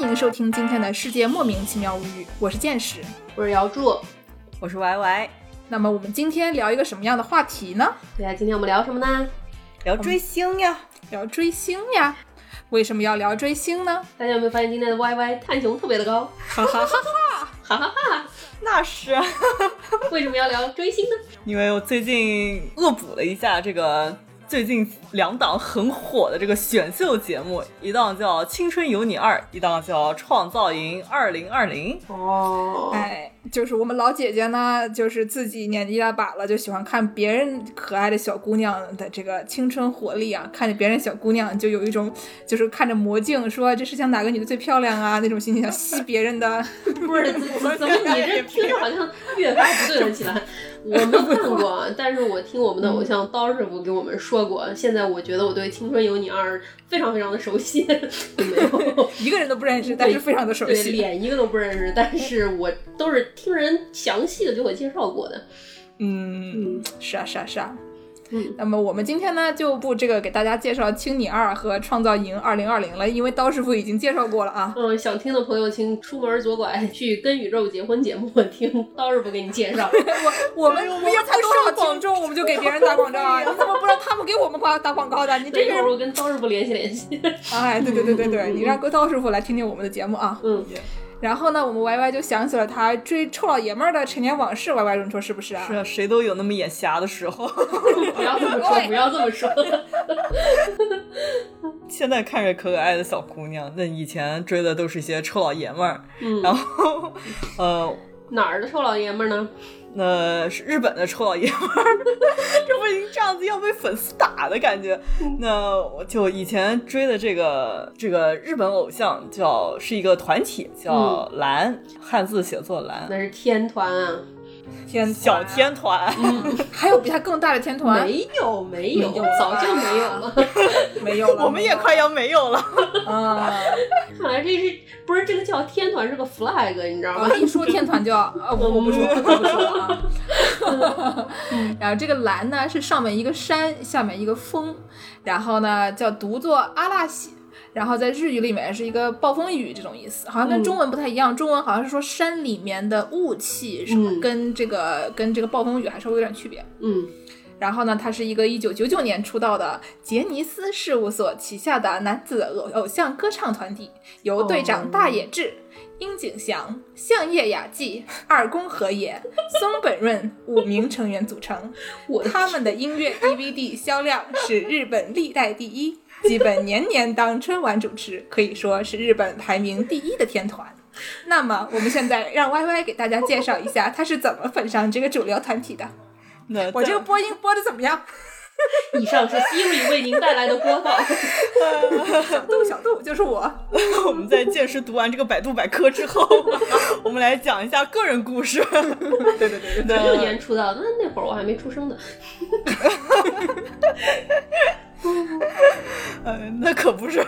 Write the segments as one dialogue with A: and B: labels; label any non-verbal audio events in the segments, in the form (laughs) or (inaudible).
A: 迎收听今天的《世界莫名其妙物语》，我是见识。
B: 我是姚柱。
C: 我是 Y Y，
A: 那么我们今天聊一个什么样的话题呢？
B: 对啊，今天我们聊什么呢？
C: 聊追星呀，
A: 聊追星呀。为什么要聊追星呢？
B: 大家有没有发现今天的 YY 探熊特别的高？
A: 哈哈哈！
B: 哈哈哈！
C: 那是
B: 为什么要聊追星呢？
C: 因为我最近恶补了一下这个最近两档很火的这个选秀节目，一档叫《青春有你二》，一档叫《创造营二零二零》。
B: 哦
A: 哎，就是我们老姐姐呢，就是自己年纪大把了，就喜欢看别人可爱的小姑娘的这个青春活力啊，看着别人小姑娘就有一种，就是看着魔镜说这世上哪个女的最漂亮啊那种心情，想吸别人的。 (laughs)
B: 不是，怎么怎么你这听着好像越发不对了起来？我没看过啊，但是我听我们的偶像刀师傅给我们说过。现在我觉得我对《青春有你二》非常非常的熟悉，没有，
A: 一个人都不认识， (laughs) 但是非常的熟
B: 对，
A: 悉。
B: 脸一个都不认识，但是我都是听人详细的给我介绍过的。
C: 嗯，
B: 嗯
A: 是啊，是啊，是啊。
B: 嗯，
A: 那么我们今天呢，就不这个给大家介绍《青你二》和《创造营二零二零》了，因为刀师傅已经介绍过了啊。
B: 嗯，想听的朋友请出门左拐去《跟宇宙结婚》节目听，刀师傅给你介
A: (laughs)
B: 绍。
A: 我
C: 哎
A: 我们我们才多少听众，我们就给别人打广告
C: (laughs)
A: 啊？你怎么不让他们给我们打打广告的？你这
B: 这一
A: 个
B: 会儿
A: 人，
B: 我跟刀师傅联系联系。
A: 哎，对对对对对，你让郭涛师傅来听听我们的节目啊。
B: 嗯，
A: 然后呢，我们 Y Y 就想起了他追臭老爷们儿的陈年往事，Y Y 你说是不是啊？
C: 是啊，谁都有那么眼瞎的时候。 (laughs)
B: 不要这么说，不要这么说。
C: 现在看着可可爱的小姑娘，那以前追的都是一些臭老爷们儿。
B: 嗯
C: 然后，呃，
B: 哪儿的臭老爷们儿呢？
C: 那是日本的臭老爷们儿，这不已经这样子要被粉丝打的感觉。那我就以前追的这个这个日本偶像叫是一个团体，叫蓝，汉字写作蓝，
B: 那是天团啊！
A: 天
C: 小，天团。
A: 还有比他更大的天团？
B: 没有，没有
A: 没有吧，
B: 早就没有了。 (laughs)
A: 没有了，
C: 我们也快要没有了，
A: 啊。
B: 看来这是不是这个叫天团是个 flag，你知道吗
A: 啊，？一说天团就要啊，我我不说，我不说了啊。
B: 嗯
A: (laughs) 然后这个蓝呢是上面一个山，下面一个风，然后呢叫读作阿拉西。然后在日语里面是一个暴风雨这种意思，好像
B: 嗯
A: 跟中文不太一样。中文好像是说山里面的雾气，是吧
B: 嗯
A: 跟这个跟这个暴风雨还稍微有点区别。
B: 嗯，
A: 然后呢，他是一个一九九九年出道的杰尼斯事务所旗下的男子偶偶像歌唱团体，由队长大野智、樱井翔、相叶雅纪、二宫和也、松本润五名成员组成。
B: 我
A: 他们的音乐 DVD 销量是日本历代第一，基本年年当春晚主持，可以说是日本排名第一的天团。那么，我们现在让 Y Y 给大家介绍一下他是怎么粉上这个主流团体的。
C: 那
A: 我这个播音播的怎么样？
B: 以上是 Siri 为您带来的播
A: (laughs)
B: 报。
A: 小度，小度就是我。
C: 我们在见识读完这个百度百科之后，我们来讲一下个人故事。
A: 对对对对
C: 那
B: 九六年出道，那那会儿我还没出
A: (laughs)
B: 生呢。 (laughs)
C: 呃，那可不是。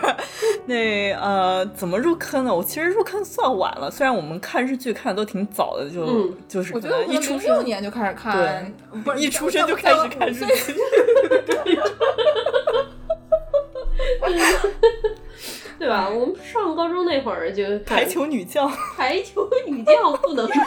C: 那呃，怎么入坑呢？我其实入坑算晚了，虽然我们看日剧看的都挺早的，就、
B: 嗯
C: 就是
A: 我
C: 可
A: 觉得
C: 能
A: 我
C: 一出
A: 零
C: 生
A: 六年就开始看，不是
C: 一出生就开始看日。剧。
B: 对吧？我们上高中那会儿就
C: 排球
A: (laughs)
C: 女将，
B: 排球女将不能 (laughs) 算。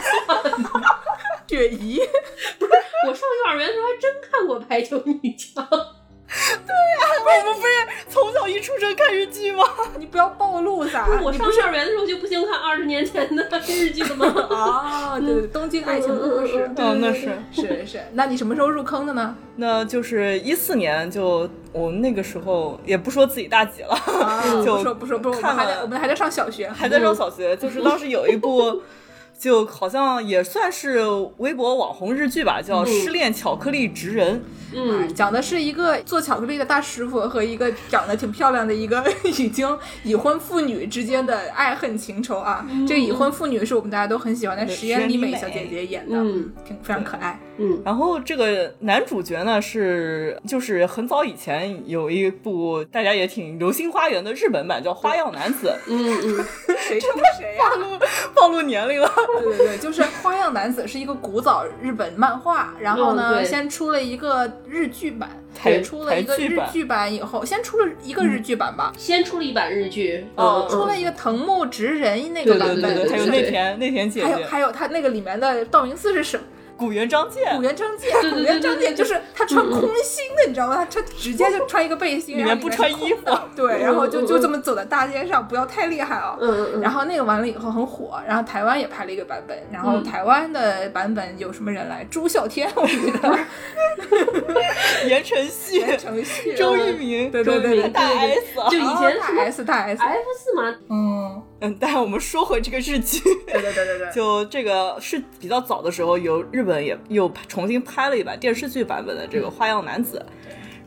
A: 雪姨， (laughs)
B: 我上幼儿园的时候还真看过排球女 (laughs) 将，
A: 啊
C: 我们不是从小一出生看日剧吗？
A: 你不要暴露噻！
B: 我
A: 你
B: 上
A: 不是
B: 幼儿园的时候就不兴看二十年前的日剧了吗？
A: (laughs) 啊？对对，对东京爱情故事
B: 嗯，
C: 嗯嗯，那是。
A: 是是。那你什么时候入坑的呢？
C: 那就是一四年就我那个时候也不说自己大几了，
A: 啊，
C: (laughs) 就
A: 不说不说不说，我们
C: 看了
A: 还在我们还在上小学。哎
C: 还在上小学，就是当时有一部。就好像也算是微博网红日剧吧，
A: 嗯
C: 叫《失恋巧克力职人》。
B: 嗯，
A: 讲的是一个做巧克力的大师傅和一个长得挺漂亮的一个 (laughs) 已经已婚妇女之间的爱恨情仇啊。这个已婚妇女是我们大家都很喜欢的
C: 嗯对
A: 石原
C: 石原
A: 里
C: 里
A: 美
C: 美
A: 小姐姐演的，
B: 嗯
A: 挺非常可爱。
B: 嗯
C: 然后这个男主角呢是就是很早以前有一部大家也挺流星花园的日本版叫《花样男子
B: 嗯嗯，
D: 谁冲
A: 啊
D: 谁》，呀、
C: 暴露
A: (laughs)
C: 暴露年龄了。
A: 对对对，就是《花样男子》是一个古早日本漫画，然后
B: 嗯
A: 呢，
B: 对
A: 先出了一个日剧版，
C: 台
A: 也出了一个
C: 台剧
A: 日
C: 版
A: 剧版以后，先出了一个日剧版吧，
B: 先出了一版日剧，
A: 哦
B: 嗯，
A: 出了
B: 嗯
A: 一个藤木直人那个
B: 对
A: 版
C: 对
A: 本，
C: 对，还有
A: 就
C: 内
A: 是
C: 田内田姐
A: 还有
C: 姐，
A: 还有他那个里面的道明寺是什么？
C: 古原张健
A: 古原正介，
B: 对
A: 古
B: 对
A: 原
B: 对
A: 正
B: 对
A: 介
B: 对
A: 就是他穿空心的，你知道吗？他穿直接就穿一个背心，
C: 里
A: 然后
C: 面不
A: 是
C: 穿
A: 空
C: 衣服
A: 的，对，然后就
B: 嗯嗯
A: 就这么走在大街上，不要太厉害啊。
B: 嗯嗯嗯，
A: 然后那个完了以后很火，然后台湾也拍了一个版本，然后
B: 嗯
A: 台湾的版本有什么人来？朱孝天，我记得
B: (laughs)
C: 言承旭、
A: 言承旭，
B: (laughs)
A: 嗯
C: 周渝民、
A: 对对对对
C: 大
B: 对
C: S 啊。
B: 嗯就以前
A: 嗯
B: 哎
A: 大
B: 什么
A: 哦 S 大 S，
B: F 四嘛，
A: 嗯，
C: 嗯，但是我们说回这个日剧，
A: 对对对对对，
C: 就这个是比较早的时候，由日本也又重新拍了一版电视剧版本的这个《花样男子》。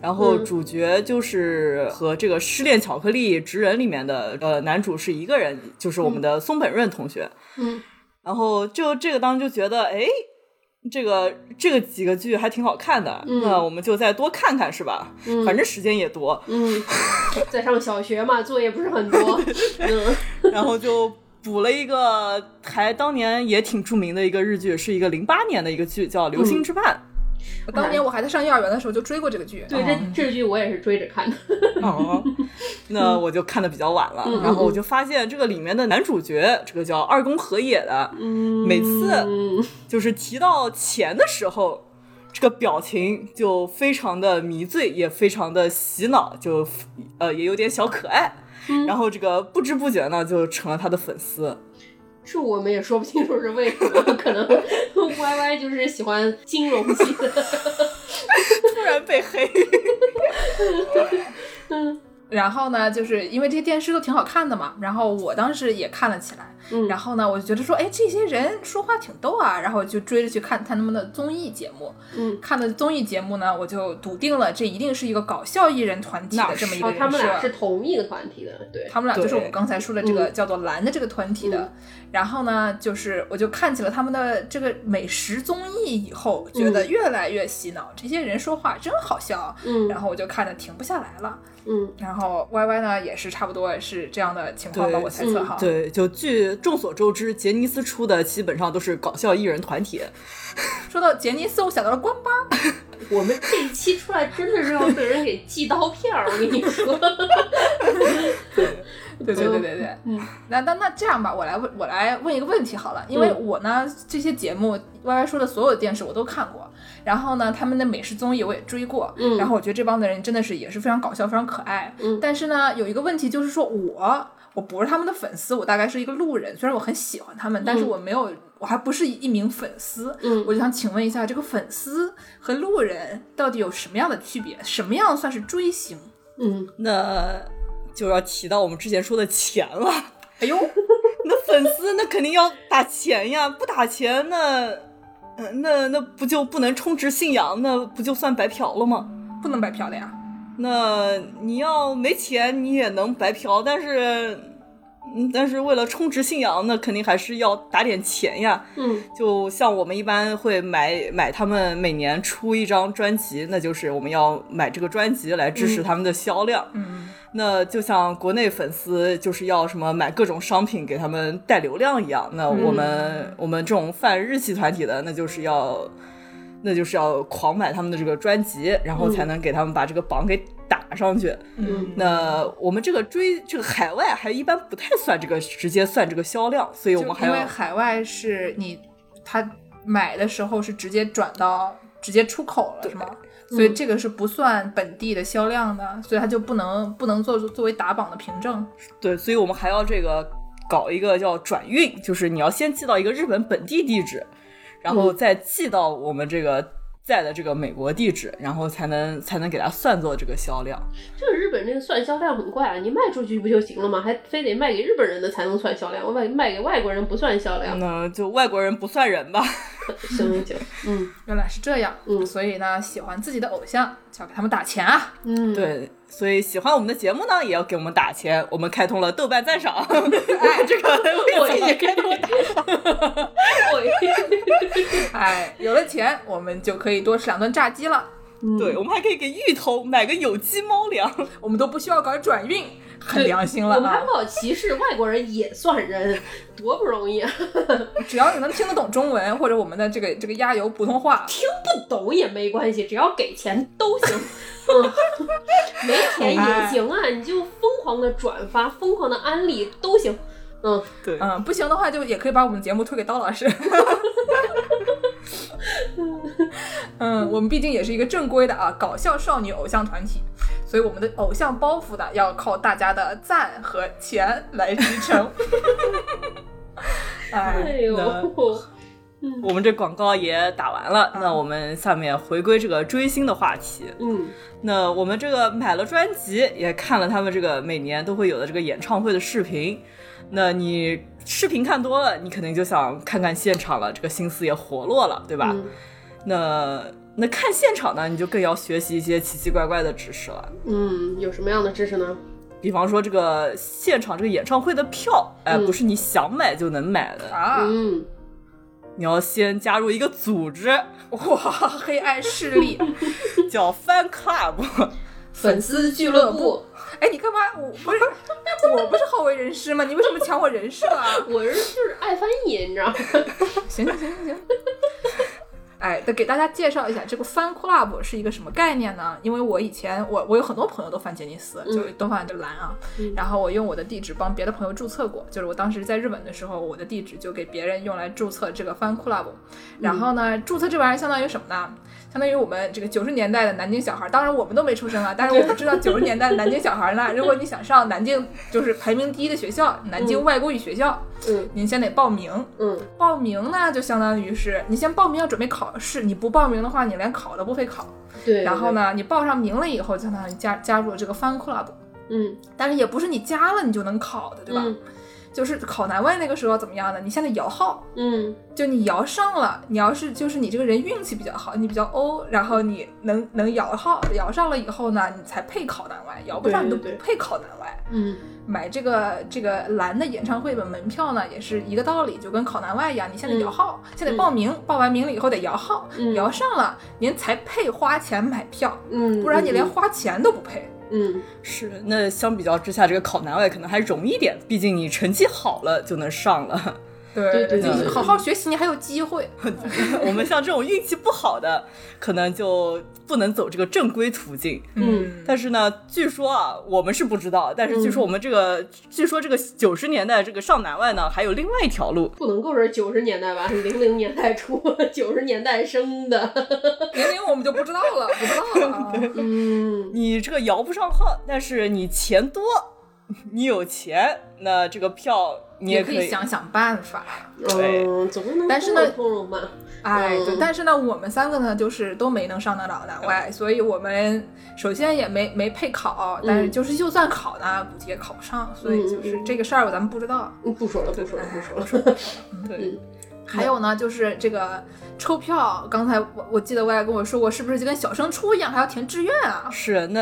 C: 然后
B: 嗯
C: 主角就是和这个《失恋巧克力职人》里面的呃男主是一个人，就是我们的松本润同学。
B: 嗯，
C: 然后就这个当时就觉得，哎，这个这个几个剧还挺好看的，
B: 嗯
C: 那我们就再多看看是吧？
B: 嗯
C: 反正时间也多，
B: 嗯，在上小学嘛，作业不是很
A: (laughs)
B: 多，嗯
C: 然后就补了一个还当年也挺著名的一个日剧，是一个零八年的一个剧叫《流
B: 嗯
C: 星之绊
A: 我当年我还在上幼儿园的时候就追过这个剧，
B: 对，这这剧我也是追着看的，》
C: (laughs) 哦，那我就看的比较晚了，
B: 嗯
C: 然后我就发现这个里面的男主角，这个叫二宫和也的，
B: 嗯，
C: 每次
B: 嗯
C: 就是提到钱的时候。这个表情就非常的迷醉，也非常的洗脑，就呃也有点小可爱。
B: 嗯
C: 然后这个不知不觉呢，就成了他的
B: (laughs)
C: 粉丝。
B: 这我们也说不清楚是为什么，可能 (laughs) Y Y 就是喜欢金融系的，
C: 突然
B: (laughs)
C: 被黑，
A: 然后呢，就是因为这些电视都挺好看的嘛，然后我当时也看了起来，
B: 嗯
A: 然后呢，我就觉得说，哎，这些人说话挺逗啊，然后就追着去看他们的综艺节目，
B: 嗯，
A: 看的综艺节目呢，我就笃定了这一定是一个搞笑艺人团体的这么一个
B: 哦，他
A: 人
B: 们俩
A: 设
B: 是。同一个团体的，对，
A: 他们俩就是我
C: 对嗯
A: 们刚才说的这个叫做“蓝”的这个团体的，然后呢，就是我就看起了他们的这个美食综艺以后，觉
C: 嗯
A: 得越来越洗脑，这些人说话真好笑，啊
B: 嗯
A: 然后我就看的停不下来了。
B: 嗯
A: 然后 Y Y 呢也是差不多是这样的情况吧，
C: 对嗯
A: 我猜测哈。
C: 对，就据众所周知，杰尼斯出的基本上都是搞笑艺人团体。
A: 说到杰尼斯，我想到了关八，
B: 我们这一期出来真的是要被人给寄刀片儿，我跟你说，
A: 对对对对对。
B: 嗯，
A: 那那那这样吧，我来问我来问一个问题好了，因为
B: 嗯
A: 我呢这些节目 Y Y 说的所有的电视我都看过，然后呢他们的美食综艺我也追过，
B: 嗯
A: 然后我觉得这帮的人真的是也是非常搞笑，非常可爱。
B: 嗯
A: 但是呢有一个问题就是说我我不是他们的粉丝，我大概是一个路人，虽然我很喜欢他们，但是我没有。我还不是一名粉丝，
B: (laughs) 嗯
A: 我就想请问一下，这个粉丝和路人到底有什么样的区别？什么样算是追星？
B: 嗯，
C: 那就要提到我们之前说的钱了。
A: 哎呦，
C: (laughs) 那粉丝那肯定要打钱呀，不打钱那，呃那那不就不能充值信仰，那不就算白嫖了吗？
A: 不能白嫖的呀！
C: 那你要没钱你也能白嫖，但是，嗯但是为了充值信仰，那肯定还是要打点钱呀。
B: 嗯
C: 就像我们一般会买买他们每年出一张专辑，那就是我们要买这个专辑来支持他们的销量。
A: 嗯，
C: 那就像国内粉丝就是要什么买各种商品给他们带流量一样，那我们、
A: 嗯
C: 我们这种泛日系团体的，那就是要那就是要狂买他们的这个专辑，然后
A: 嗯
C: 才能给他们把这个榜给打上去。
B: 嗯
C: 那我们这个追这个海外还一般不太算这个直接算这个销量，所以
A: 就
C: 我们还
A: 因
C: 要
A: 为海外是你他买的时候是直接转到直接出口了，是吗？所
B: 嗯
A: 以这个是不算本地的销量的，所以它就不能不能做作为打榜的凭证。
C: 对，所以我们还要这个搞一个叫转运，就是你要先寄到一个日本本地地址，然后再寄到我们这个在的这个美国地址，然后才能才能给它算作这个销量。
B: 这个日本这个算销量很怪啊，你卖出去不就行了吗？还非得卖给日本人的才能算销量，我卖卖给外国人不算销量，
C: 那就外国人不算人吧？
B: 行行 (laughs) 行，嗯
A: 原来是这样，
B: 嗯
A: 所以呢，喜欢自己的偶像就要给他们打钱啊！
B: 嗯，，
C: 对，所以喜欢我们的节目呢，也要给我们打钱。我们开通了豆瓣赞赏，哎，这个
B: 我
C: 微信也开通了打赏。
B: 我
A: 啊、 (laughs) 哎，有了钱，我们就可以多吃两顿炸鸡了。
C: 对，我们还可以给芋头买个有机猫粮。
A: 我们都不需要搞转运，很
B: 对
A: 良心了
B: 我们还
A: 啊！
B: 不好歧视外国人也算人，多不容易啊！
A: 只要你能听得懂中文或者我们的这个这个压油普通话，
B: 不懂也没关系，只要给钱都
C: (laughs)
B: 行。嗯，没钱也行啊，你就疯狂的转发，疯狂的安利都行。嗯，
C: 对，
A: 嗯，不行的话就也可以把我们节目推给刀老师。 (laughs) 嗯，我们毕竟也是一个正规的啊搞笑少女偶像团体，所以我们的偶像包袱呢要靠大家的赞和钱来支撑。 (laughs) 哎，
B: 哎呦
C: 那，我们这广告也打完了，那我们下面回归这个追星的话题。
B: 嗯，
C: 那我们这个买了专辑，也看了他们这个每年都会有的这个演唱会的视频。那你视频看多了，你肯定就想看看现场了，这个心思也活络了，对吧？
B: 嗯
C: 那那看现场呢，你就更要学习一些奇奇怪怪的知识了。
B: 嗯，有什么样的知识呢？
C: 比方说这个现场这个演唱会的票，哎，
B: 嗯
C: 不是你想买就能买的，
A: 啊，
B: 嗯，
C: 你要先加入一个组织
A: 哇，黑暗势力
C: 叫 Fan Club。 (laughs)
A: 粉丝俱乐部。哎，你干嘛？我不是，我不是好为人师吗？你为什么抢我人设啊？
B: 我是就是爱翻译，你知道吗？
A: 行行行行 (laughs) 行。哎，得给大家介绍一下这个 fan club 是一个什么概念呢？因为我以前我我有很多朋友都翻杰尼斯，
B: 嗯
A: 就是都翻这个蓝啊。
B: 嗯
A: 然后我用我的地址帮别的朋友注册过，就是我当时在日本的时候，我的地址就给别人用来注册这个 fan club。然后呢，
B: 嗯
A: 注册这玩意儿相当于什么呢？相当于我们这个九十年代的南京小孩儿，当然我们都没出生啊，但是我们知道九十年代的南京小孩儿
B: (laughs)
A: 呢，如果你想上南京就是排名第一的学校，南京
B: 嗯
A: 外国语学校，
B: 嗯
A: 您先得报名。
B: 嗯
A: 报名呢，就相当于是你先报名要准备考试，你不报名的话，你连考都不会考。
B: 对。
A: 然后？呢，你报上名了以后，就相当于加加入了这个 fan club，
B: 嗯，
A: 但是也不是你加了你就能考的，对吧？
B: 嗯
A: 就是考南外那个时候怎么样呢？你现在摇号，
B: 嗯
A: 就你摇上了，你要是就是你这个人运气比较好，你比较欧，然后你能能摇号，摇上了以后呢，你才配考南外，摇不上你
B: 对
A: 都不
B: 对
A: 配考南外。
B: 嗯
A: 买这个这个蓝的演唱会的门票呢，也是一个道理，就跟考南外一样，你现在摇号，现在报名，报完名了以后得摇号，
B: 嗯
A: 摇上了您才配花钱买票，
B: 嗯，
A: 不然你连花钱都不配。
B: 嗯
C: 是，那相比较之下，这个考南外可能还容易点，毕竟你成绩好了就能上了。
A: 对
B: 对
A: 你
C: 对
A: 好好学习，你还有机会。
C: (laughs) 我们像这种运气不好的，可能就不能走这个正规途径。
B: 嗯
C: 但是呢，据说啊，我们是不知道，但是
A: 嗯
C: 据说我们这个，据说这个九十年代这个上南外呢，还有另外一条路，
B: 不能够是九十年代吧，零零年代初，九十年代生
C: 哎
B: 的。
A: 年龄我们就不知道了，不知道了啊。
B: 嗯
C: 你这个摇不上号，但是你钱多，你有钱，那这个票你
A: 也
C: 可
A: 可
C: 以
A: 以想想办法。
C: 对
B: 嗯，总不能
A: 但是呢
B: 通融吧。
A: 哎，对，
B: 嗯
A: 但是呢，我们三个呢，就是都没能上得了南外，所以我们首先也没没配考，但是就是就算考呢，估计也考不上，所以就是
B: 嗯嗯嗯嗯
A: 这个事儿咱们不知道。
B: 嗯不说了，不说了，不说 (laughs) 了。
A: 嗯
C: 对，
A: 还有呢，就是这个抽票，刚才我我记得我也跟我说过，是不是就跟小升初一样，还要填志愿啊？
C: 是那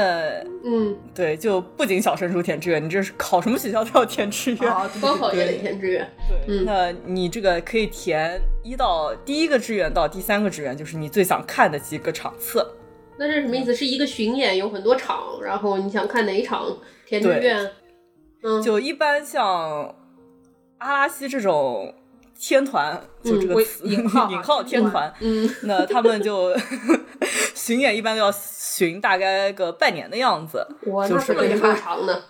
B: 嗯，
C: 对，就不仅小升初填志愿，你这是考什么学校都要填志愿。
A: 哦，对
B: 高考也得
A: 对对
B: 填志愿。
C: 对，
B: 嗯
C: 那你这个可以填一到第一个志愿到第三个志愿，就是你最想看的几个场次。
B: 那这是什么意思？是一个巡演有很多场，然后你想看哪一场填志
C: 对
B: 愿？嗯，
C: 就一般像阿拉西这种天团，就这
A: 嗯我
C: 个 (laughs) 词、
A: 引号啊
C: 引号天团，
B: 嗯
C: (laughs) 那他们就 (laughs) 巡演一般都要巡大概个半年的样子，
B: 哇，
C: 就
B: 那
C: 是
B: 不能够长的。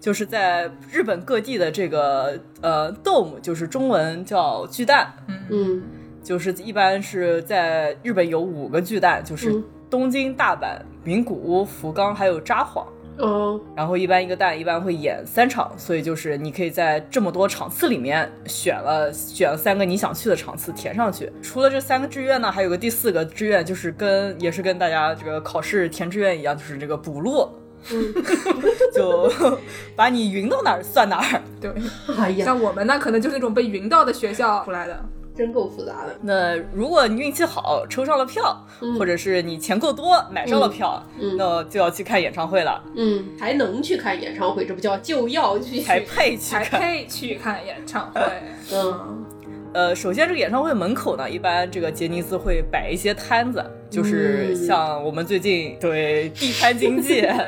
C: 就是在日本各地的这个呃 dome，就是中文叫巨蛋，
B: 嗯
C: 就是一般是在日本有五个巨蛋，就是
B: 嗯
C: 东京、大阪、名古屋、福冈还有札幌。
B: 哦，
C: 然后一般一个蛋一般会演三场，所以就是你可以在这么多场次里面选了选了三个你想去的场次填上去。除了这三个志愿呢，还有个第四个志愿，就是跟也是跟大家这个考试填志愿一样，就是这个补录，
B: 嗯，
C: (laughs) 就 (laughs) 把你匀到哪儿算哪儿。
A: 对，
B: 哎呀，
A: 像我们呢，可能就是那种被云到的学校出来的。
B: 真够复杂的。
C: 那如果你运气好抽上了票，
B: 嗯
C: 或者是你钱够多买上了票，
B: 嗯
C: 那就要去看演唱会了，
B: 嗯，还能去看演唱会，这不叫就要去
C: 才
B: 去。
C: 配去
A: 才
C: 看。
A: 配去看演唱会。
B: 嗯
C: 呃，首先这个演唱会门口呢，一般这个杰尼斯会摆一些摊子，就是
B: 嗯
C: 像我们最近对地摊
B: (laughs)
C: 经济
B: 嗯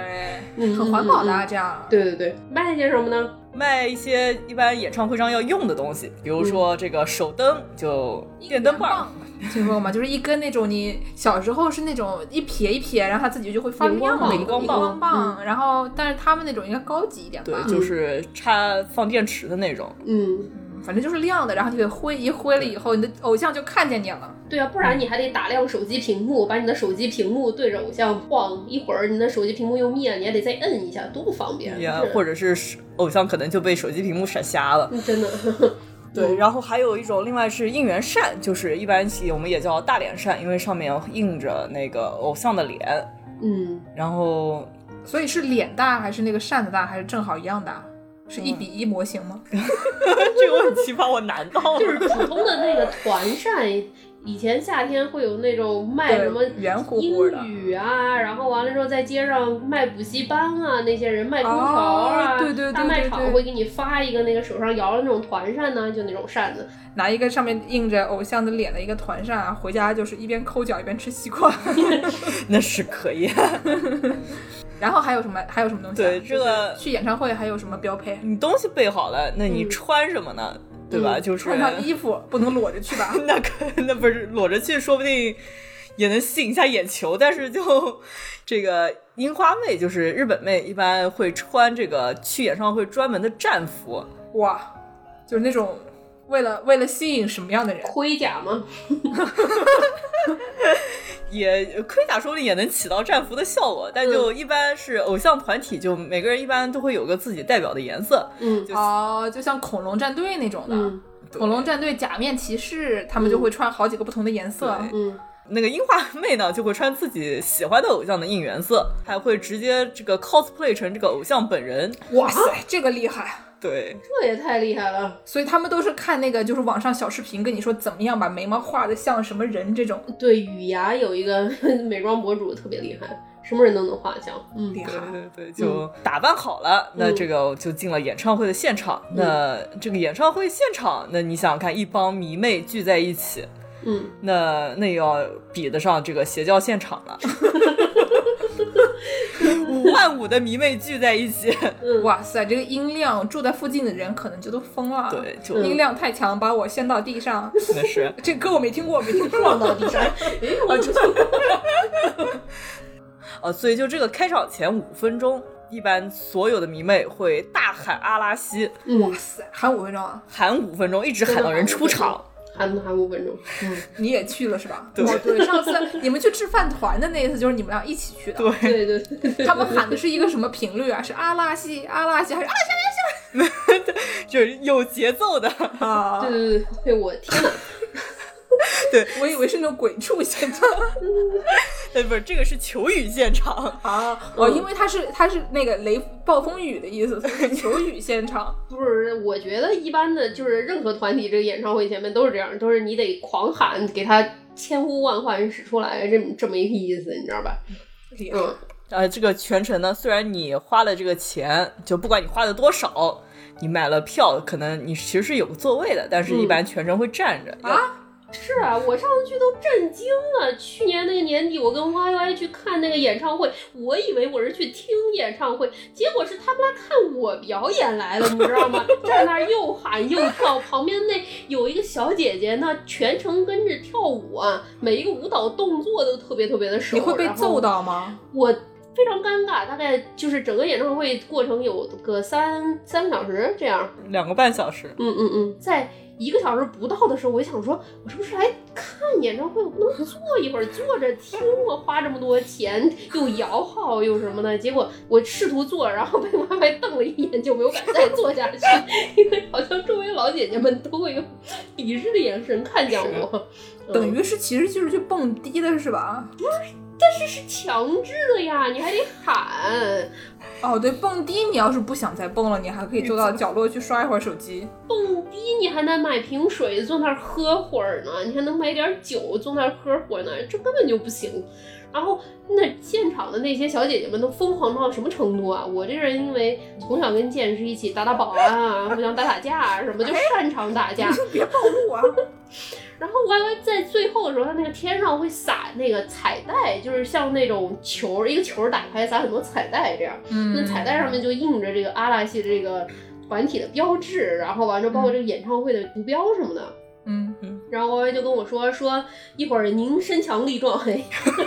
A: 对，很环保的啊，这样。
B: 对对对，卖些什么呢？
C: 卖一些一般演唱会上要用的东西，比如说这个手灯，就电灯 (laughs) 棒，
A: 听说过吗？就是一根那种你小时候是那种一撇一撇，然后它自己就会发
B: 荧光
A: 亮的
B: 棒
A: 一个荧
C: 荧光棒嗯
A: 光棒。然后，但是他们那种应该高级一点吧
C: 对，？就是插放电池的那种。
B: 嗯，
A: 嗯反正就是亮的，然后你给挥一挥了以后，你的偶像就看见你了。
B: 对啊，不然你还得打亮手机屏幕，把你的手机屏幕对着偶像晃，一会儿你的手机屏幕又灭，你还得再摁一下，多不方便。啊
C: 也
B: 是
C: 或者是偶像可能就被手机屏幕闪瞎了。
B: 嗯真的， (laughs)
C: 对，然后还有一种，另外是应援扇，就是一般我们也叫大脸扇，因为上面印着那个偶像的脸。
B: 嗯，
C: 然后
A: 所以是脸大还是那个扇子大，还是正好一样大？是一比一模型吗？(laughs)
C: (laughs) 这个问题把我难到
B: 就是
C: 了。
B: 普通的那个团扇，以前夏天会有那种卖
A: 对
B: 什么
A: 圆乎乎的
B: 英语啊，然后完了之后在街上卖补习班啊，那些人卖空调
A: 哦
B: 啊，
A: 对对对
B: 大卖
A: 对对
B: 场会给你发一个那个手上摇的那种团扇呢、就那种扇子，
A: 拿一个上面印着偶像的脸的一个团扇啊，回家就是一边抠脚一边吃西瓜。
C: (laughs)
A: (laughs)
C: 那是可以。 (laughs)
A: 然后还有什么？还有什么东西啊、
C: 对这 (laughs) 个
A: 去演唱会还有什么标配？
C: 你东西备好了，那你
B: 嗯
C: 穿什么呢？对吧？
B: 嗯
C: 就是
A: 穿上衣服不能裸着去吧？
C: (laughs) 那可那不是裸着去，说不定也能吸引一下眼球。但是就 (laughs) 这个樱花妹，就是日本妹，一般会穿这个去演唱会专门的战服。
A: 哇，就是那种为了为了吸引什么样的人？
B: 盔甲嘛，
C: 也盔甲说不定也能起到战服的效果，但就一般是偶像团体，就每个人一般都会有个自己代表的颜色。
B: 嗯
C: 就
A: 哦，就像恐龙战队那种的。
B: 嗯
A: 恐龙战队假面骑士，他们就
B: 嗯
A: 会穿好几个不同的颜色。
C: 对
B: 嗯，
C: 那个樱花妹呢，就会穿自己喜欢的偶像的应援色，还会直接这个 cosplay 成这个偶像本人。
A: 哇塞，啊这个厉害！
C: 对，
B: 这也太厉害了。
A: 所以他们都是看那个，就是网上小视频跟你说怎么样把眉毛画的像什么人这种
B: 对，雨牙有一个 (laughs) 美妆博主特别厉害，什么人都能画像，嗯
A: 厉害。
C: 对对对，就打扮好了，那这个就进了演唱会的现场。那这个演唱会现场，那你想想看，一帮迷妹聚在一起，
B: 嗯，
C: 那那要比得上这个邪教现场 (laughs) 了。五万五的迷妹聚在一起，
A: 哇塞，这个音量，住在附近的人可能就都疯了。
C: 对，，就
A: 音量太强，把我掀到地上。
C: 那是
A: 这歌我没听过，我没听 (laughs) 过。
B: 撞到地上，诶，我就
C: 呃，所以就这个开场前五分钟，一般所有的迷妹会大喊阿拉西，
B: 嗯
A: 哇塞，喊五分钟啊！
C: 喊五分钟，一直喊到人出场。
B: 喊喊五分钟，嗯，
A: (laughs) 你也去了是吧？
C: 对
A: 哦，对，上次你们去吃饭团的那一次，就是你们俩一起去的。
C: 对，
B: 对对对对，
A: 他们喊的是一个什么频率啊？是阿拉西阿拉西还是阿拉
C: 就是有节奏的。 (laughs)
A: 西啊？
B: 对对对对，我天哪！
A: 我以为是那种鬼畜现场
C: 哎，不是，这个是求雨现场。
A: 啊！哦，因为它是它是那个雷暴风雨的意思，所以是求雨现场。
B: 不是，我觉得一般的就是任何团体这个演唱会前面都是这样，都是你得狂喊，给他千呼万唤使出来，这么这么一个意思，你知道吧？
A: 厉害
B: 嗯，
C: 呃，这个全程呢，虽然你花了这个钱，就不管你花了多少，你买了票，可能你其实是有个座位的，但是一般全程会站着。
A: 啊
B: 是啊，我上次去都震惊了。去年那个年底，我跟 YY 去看那个演唱会，我以为我是去听演唱会，结果是他们来看我表演来了，你知道吗？ (laughs) 站那儿又喊又跳，旁边那有一个小姐姐，那全程跟着跳舞啊，每一个舞蹈动作都特别特别的熟。
A: 你会被
B: 然后
A: 揍到吗？
B: 我非常尴尬，大概就是整个演唱会过程有个三三个小时这样。
C: 两个半小时，
B: 嗯嗯嗯，在一个小时不到的时候，我就想说，我是不是来看演唱会？我能坐一会儿，坐着听吗？花这么多钱，又摇号又什么的，结果我试图坐，然后被 YY 瞪了一眼，就没有敢再坐 (laughs) 下去，因为好像周围老姐姐们都会用 (laughs) 鄙视的眼神看向我。嗯
A: 等于是其实就是去蹦迪的是吧？
B: 但是是强制的呀，你还得喊。
A: 哦，对，蹦迪你要是不想再蹦了，你还可以坐到角落去刷一会儿手机。 (laughs)
B: 蹦迪你还能买瓶水坐那儿喝会儿呢，你还能买点酒坐那儿喝会儿呢，这根本就不行。然后那现场的那些小姐姐们都疯狂到什么程度啊？我这人因为从小跟剑士一起打打保安啊，互相打打架啊什么，就擅长打架
A: 你。说别暴露啊！
B: 然后 Y Y 在最后的时候，他那个天上会撒那个彩带，就是像那种球，一个球打开撒很多彩带这样。
A: 嗯
B: 那彩带上面就印着这个阿拉西这个团体的标志，然后完了包括这个演唱会的图标什么的。
A: 嗯，
B: 然后 Y Y 就跟我说说一会儿您身强力壮，嘿， (laughs)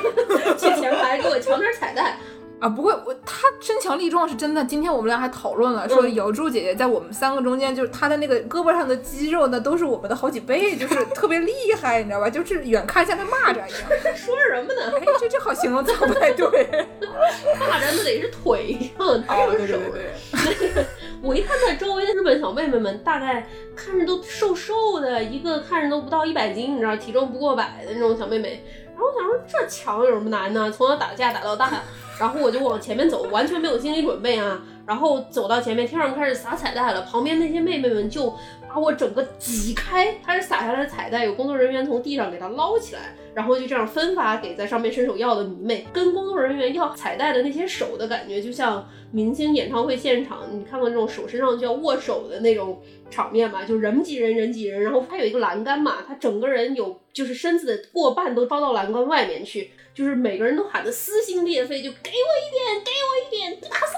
B: 去前排给我抢点彩带。
A: 啊，不过我他身强力壮是真的。今天我们俩还讨论了，说
B: 嗯
A: 姚柱姐姐在我们三个中间，就是她的那个胳膊上的肌肉呢，都是我们的好几倍，就是特别厉害，你知道吧？就是远看像个蚂蚱一样。
B: (laughs) 说什么呢？
A: (laughs) 哎，这这好形容词不太对。
B: (laughs) 大战的得啊是腿上，哪有手？
A: 对，
B: (laughs) 我一看他周围的日本小妹妹们，大概看着都瘦瘦的，一个看着都不到一百斤，你知道，体重不过百的那种小妹妹。然后我想说这强有什么难呢？从小打架打到大，然后我就往前面走，完全没有心理准备啊。然后走到前面，天上开始撒彩带了，旁边那些妹妹们就把我整个挤开，开始撒下来的彩带，有工作人员从地上给它捞起来，然后就这样分发给在上面伸手要的迷妹，跟工作人员要彩带的那些手的感觉，就像明星演唱会现场，你看过那种手伸上去要握手的那种场面嘛？就人挤人，人挤人，然后他有一个栏杆嘛，他整个人有就是身子的过半都包到栏杆外面去，就是每个人都喊得撕心裂肺，就给我一点，给我一点，给大赛，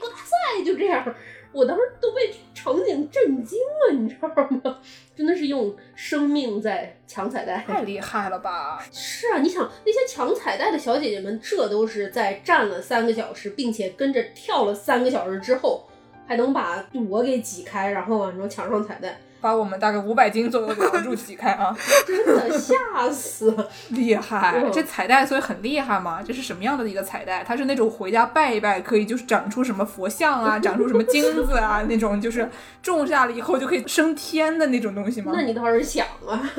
B: 给大赛，就这样。我当时都被场景震惊了，你知道吗？真的是用生命在抢彩
A: (laughs)
B: 带。
A: 太厉害了吧？
B: 是啊，你想那些抢彩带的小姐姐们，这都是在站了三个小时，并且跟着跳了三个小时之后，还能把我给挤开，然后完之后抢上彩带，
A: 把我们大概五百斤左右的姚柱挤开 (laughs) 啊！
B: 真的吓死了！
A: 厉害，
B: 嗯
A: 这彩带所以很厉害吗？这是什么样的一个彩带？它是那种回家拜一拜，可以就是长出什么佛像啊，长出什么金子啊那种，就是种下了以后就可以升天的那种东西吗？
B: 那你倒是想啊，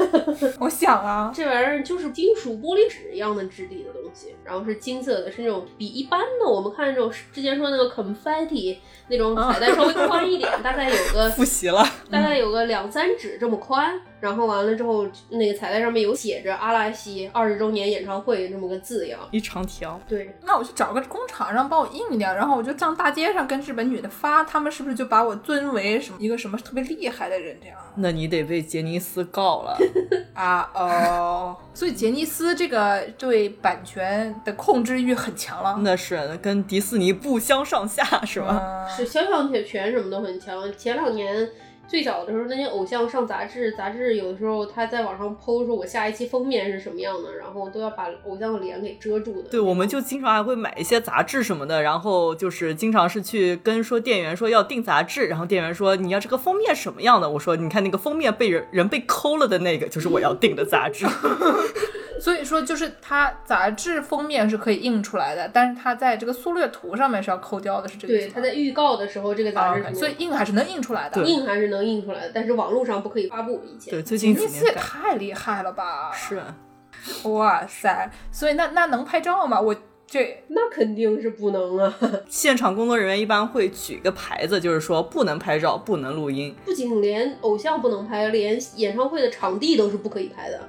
A: 我想啊，
B: 这玩意儿就是金属玻璃纸一样的质地的东西，然后是金色的，是那种比一般的我们看这种之前说那个 confetti 那种彩带稍微宽一点，大概有个
C: (laughs) 复习了，
B: 大概有个两三指这么宽，然后完了之后，那个彩带上面有写着阿拉西二十周年演唱会这么个字样。
C: 一长条。
B: 对，
A: 那我去找个工厂让帮我印一点，然后我就上大街上跟日本女的发，他们是不是就把我尊为什么一个什么特别厉害的人这样？
C: 那你得被杰尼斯告了， (laughs)
A: 啊哦， (laughs) 所以杰尼斯这个对版权的控制欲很强了，
C: 那是跟迪士尼不相上下，嗯是吧？
A: 嗯
B: 是肖像铁拳什么都很强。前两年最早的时候，那些偶像上杂志，杂志有的时候他在网上 PO 说我下一期封面是什么样的，然后都要把偶像的脸给遮住的。
C: 对，我们就经常还会买一些杂志什么的，然后就是经常是去跟说店员说要订杂志，然后店员说你要这个封面什么样的，我说你看那个封面被人人被抠了的那个就是我要订的杂 (laughs) 志，
A: 嗯所以说，就是它杂志封面是可以印出来的，但是它在这个缩略图上面是要抠掉的，是这个意
B: 对，
A: 思吗。
B: 他在预告的时候，这个
A: 啊
B: 杂志
A: ，OK，
B: 上
A: 所以
B: 面
A: 印还是能印出来的。
C: 对
B: 印还是能印出来的，但是网络上不可以发布。以前
C: 对，最
A: 杰
C: 近
A: 尼
C: 几
A: 斯也
C: 年改
A: 太厉害了吧！
C: 是
A: 哇塞，所以那那能拍照吗？我这
B: 那肯定是不能啊。
C: 现场工作人员一般会举一个牌子，就是说不能拍照，不能录音，
B: 不仅连偶像不能拍，连演唱会的场地都是不可以拍的。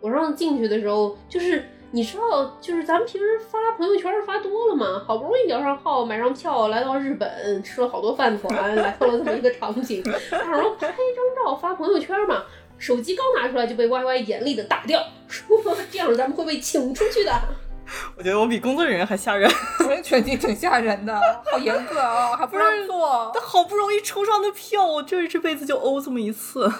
B: 我让进去的时候，就是你知道，就是咱们平时发朋友圈发多了嘛，好不容易摇上号，买上票，来到日本，吃了好多饭团，来到了这么一个场景，然后拍一张照发朋友圈嘛。手机刚拿出来就被 Y Y 严厉的打掉， (laughs) 说这样咱们会被请出去的。
C: 我觉得我比工作人员还吓人，
A: (laughs) 我这拳击挺吓人 (laughs) 的，好严格哦，还不让做
C: 他，好不容易抽上的票，我这这辈子就欧这么一次，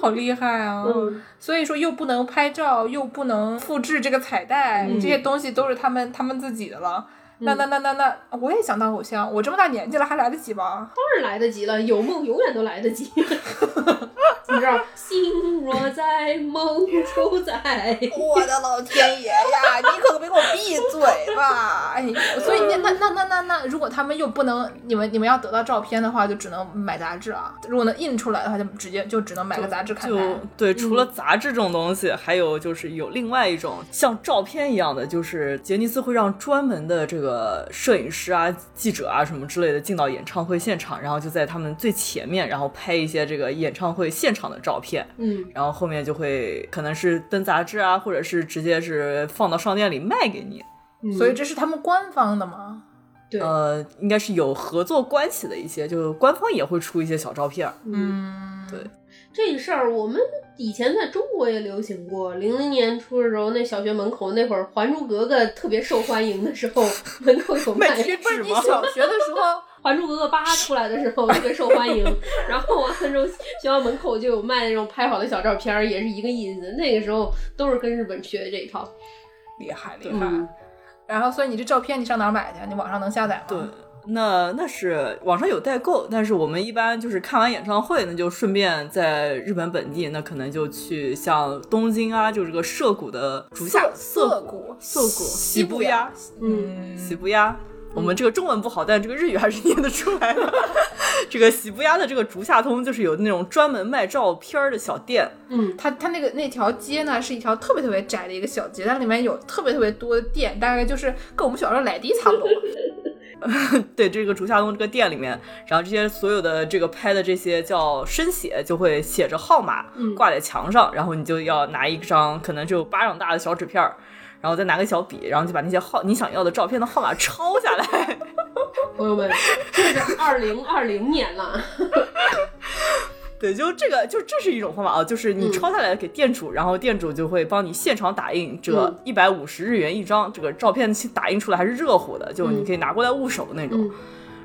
A: 好厉害啊！
B: 嗯，
A: 所以说又不能拍照，又不能复制这个彩带，
B: 嗯
A: 这些东西都是他们他们自己的了。那那那那那，我也想当偶像，我这么大年纪了还来得及吗？
B: (laughs) 当然来得及了，有梦永远都来得及。你知道，心若在， (laughs) 呆萌狗仔。
A: (laughs) 我的老天爷 (laughs) 呀！你可别给我闭嘴吧！哎，所以那那那那那那，如果他们又不能，你们你们要得到照片的话，就只能买杂志啊。如果能印出来的话，就直接就只能买个杂志看
C: 就
A: 看。
C: 对，除了杂志这种东西，还有就是有另外一种像照片一样的，就是杰尼斯会让专门的这个摄影师啊、记者啊什么之类的进到演唱会现场，然后就在他们最前面，然后拍一些这个演唱会现场的照片，
B: 嗯，
C: 然后后面就会可能是登杂志啊，或者是直接是放到商店里卖给你。
B: 嗯
A: 所以这是他们官方的吗？
B: 对，
C: 呃，应该是有合作关系的一些，就是官方也会出一些小照片儿。
B: 嗯，
A: 嗯，
C: 对
B: 这事儿我们以前在中国也流行过。零零年初的时候，那小学门口那会儿《还珠格格》特别受欢迎的时候，门口有卖
C: (laughs) 卖贴
A: 不是
C: 纸
A: 你
C: 吗？
A: 小学的时候，
B: 《还珠格格八》出来的时候特别受欢迎，然后完了之后，学校门口就有卖那种拍好的小照片儿，也是一个意思。那个时候都是跟日本学这一套。
C: (laughs) 厉害厉
A: 对吧
B: 嗯
A: 然后所以你这照片你上哪儿买去？你网上能下载吗？
C: 对，那那是网上有代购，但是我们一般就是看完演唱会，那就顺便在日本本地，那可能就去像东京啊，就这个涩谷的竹下
A: 涩
C: 涩
A: 涩谷
C: 涩谷
A: 西
C: 西
A: 部
C: 部
A: 呀
C: 呀
B: 嗯，
C: 西部呀。我们这个中文不好，但这个日语还是念得出来的。 (laughs) 这个喜布鸭的这个竹下通，就是有那种专门卖照片儿的小店，
A: 它它那个那条街呢，是一条特别特别窄的一个小街，它里面有特别特别多的店，大概就是跟我们小时候奶迪差
C: (laughs)
A: 不多。
C: 对这个竹下通这个店里面，然后这些所有的这个拍的这些叫深写，就会写着号码
B: 嗯
C: 挂在墙上，然后你就要拿一张可能只有巴掌大的小纸片儿，然后再拿个小笔，然后就把那些号你想要的照片的号码抄下来。 (laughs)
B: 朋友们，这是二零二零年了，
C: 对，就这个就这是一种方法啊，就是
B: 嗯
C: 你抄下来给店主，然后店主就会帮你现场打印这
B: 嗯
C: 一百五十日元一张，这个照片打印出来还是热乎的，就你可以拿过来捂手那种。
B: 嗯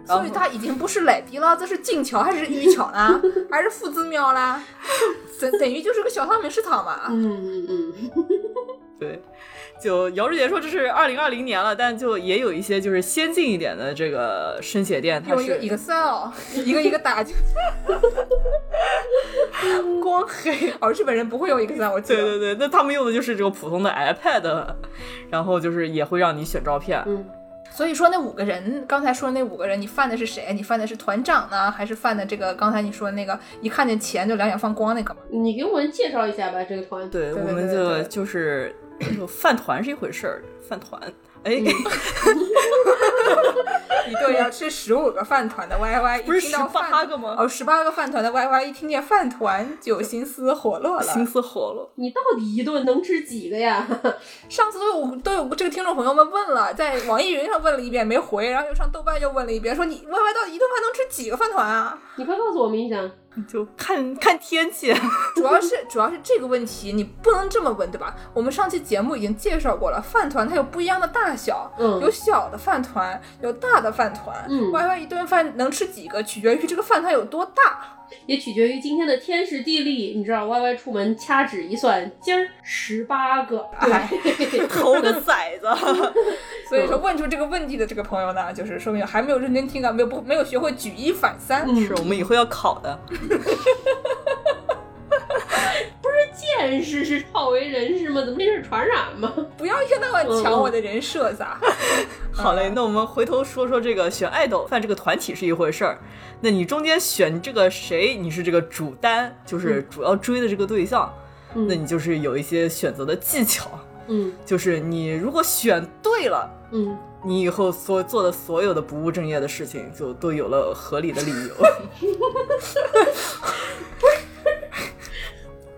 A: 所以它已经不是奶迪了，这是静桥还是玉桥
C: (laughs)
A: 呢？还是父子庙啦？ (laughs) 等等于就是个小商品市场嘛。
B: 嗯嗯嗯，
C: 对，就姚志杰说这是二零二零年了，但就也有一些就是先进一点的这个生写店，它
A: 用一个
C: 是
A: Excel (laughs) 一个一个
C: (laughs)
A: 打，
C: 光黑。
A: 哦，日本人不会用 Excel，我记
C: 对
A: 得。
C: 对对，那他们用的就是这个普通的 iPad，然后就是也会让你选照片。
B: 嗯
A: 所以说那五个人，刚才说的那五个人，你犯的是谁？你犯的是团长呢，还是犯的这个刚才你说的那个一看见钱就两眼放光那个吗？
B: 你给我们介绍一下吧，这个团。
C: 对，
A: 对
C: 我们
A: 对
C: 就
A: 对
C: 就是 (coughs) 就饭团是一回事儿，饭团。哎，
A: 嗯一顿要吃十五个饭团的 YY，
C: (laughs) 不是
A: 一听到饭
C: 18个吗
A: 哦，十八个饭团的 YY 一听见饭团就心思火热
C: 心
A: 了。
C: 思活了。
B: 你到底一顿能吃几个呀？
A: 上次都有都有这个听众朋友们问了，在网易云上问了一遍没回，然后又上豆瓣又问了一遍，说你 YY 到底一顿饭能吃几个饭团啊？
B: 你快告诉我们一下。
C: 就看看天
A: (laughs)
C: 气，
A: 主要是主要是这个问题，你不能这么问，对吧？我们上期节目已经介绍过了，饭团它有不一样的大小，
B: 嗯
A: 有小的饭团，有大的饭团。
B: 嗯
A: y Y 一顿饭能吃几个，取决于这个饭团有多大。
B: 也取决于今天的天时地利。你知道，Y Y 出门掐指一算，今儿十八个，对， (laughs)
C: 投个骰子。
A: 所以说，问出这个问题的这个朋友呢，就是说明还没有认真听啊，没有不没有学会举一反三。
C: 是我们以后要考的。
B: 见识是好为人师吗？怎么这是传染吗？
A: 不要一天到晚抢我的人设撒。
C: 好嘞，那我们回头说说这个选爱豆饭这个团体是一回事儿，那你中间选这个谁，你是这个主单，就是主要追的这个对象，那
B: 嗯
C: 你就是有一些选择的技巧，
B: 嗯
C: 就是你如果选对了。
B: 嗯，
C: 你以后所做的所有的不务正业的事情，就都有了合理的理由。
A: (laughs)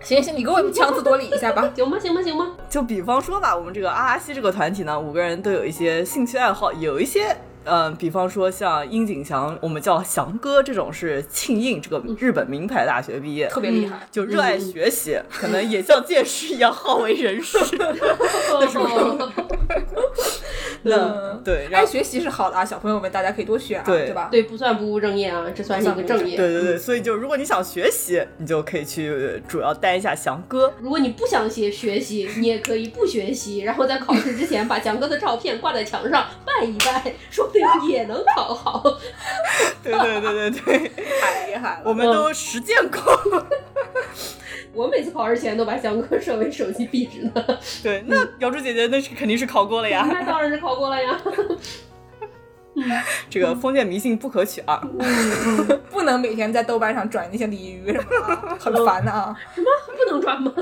A: 行行，你给我强词夺理一下吧。
B: 行吧行吧行
C: (laughs)
B: 吧，
C: 就比方说吧，我们这个阿拉西这个团体呢，五个人都有一些兴趣爱好，有一些。嗯，比方说像樱井翔，我们叫翔哥这种是庆应这个日本名牌大学毕业，
A: 特别厉害，
C: 就热爱学习，可能也像剑士一样好为人师。那
A: 嗯
C: 对，然
A: 爱
C: 后
A: 学习是好的啊，小朋友们大家可以多学啊，
C: 对
A: 对吧？
B: 对，不算不务正业啊，这算是一个正
C: 对
B: 业。
C: 对对，所以就如果你想学习，你就可以去主要待一下翔哥。
B: 如果你不想写学习，你也可以不学习，然后在考试之前把强哥的照片挂在墙上拜一拜，说不定也能考好。
C: 对对对对对，
A: 太厉害了。
C: 我们都实践过。
B: 我每次考试前都把相册设为手机壁纸呢。
C: 对，那瑶柱姐姐那是肯定是考过了
B: (laughs)
C: 呀，
B: 那当然是考过了呀。 (laughs)
C: 这个封建迷信不可取啊。
A: 不能每天在豆瓣上转那些鲤鱼什么的，很烦的啊。
B: 什么不能转吗？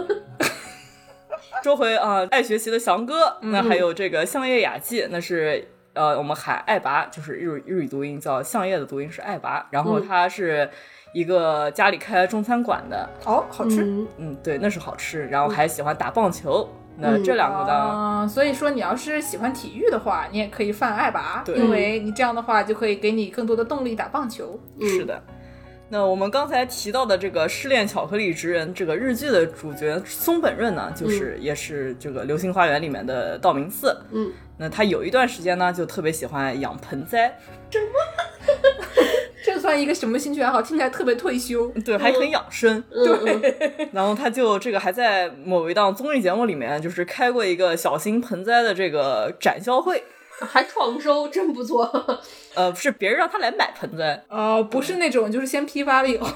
C: 说回啊，爱学习的翔哥，那还有这个相叶雅纪，那是呃，我们喊爱拔，就是日语日语读音叫相叶的读音是爱拔，然后
B: 嗯
C: 他是一个家里开中餐馆的，
A: (laughs) 哦，好吃。
B: 嗯
C: 嗯，对，那是好吃，然后还喜欢打棒球，那
B: 嗯
C: 这两个呢，
A: 啊，所以说你要是喜欢体育的话，你也可以犯爱吧，
C: 对
A: 因为你这样的话就可以给你更多的动力打棒球。
B: 嗯
C: 是的。那我们刚才提到的这个《失恋巧克力之人》这个日剧的主角松本润呢，就是、也是这个《流星花园》里面的道明寺。
B: 嗯，
C: 那他有一段时间呢，就特别喜欢养盆栽， (laughs)
A: 这算一个什么兴趣爱好？听起来特别退休。
C: 对，还很养生。
B: 嗯嗯
C: 然后他就这个还在某一档综艺节目里面，就是开过一个小型盆栽的这个展销会，
B: (laughs) 还创收，真不错。 (laughs)
C: 呃，是别人让他来买盆栽，
A: 哦，不是那种，就是先批发了以后，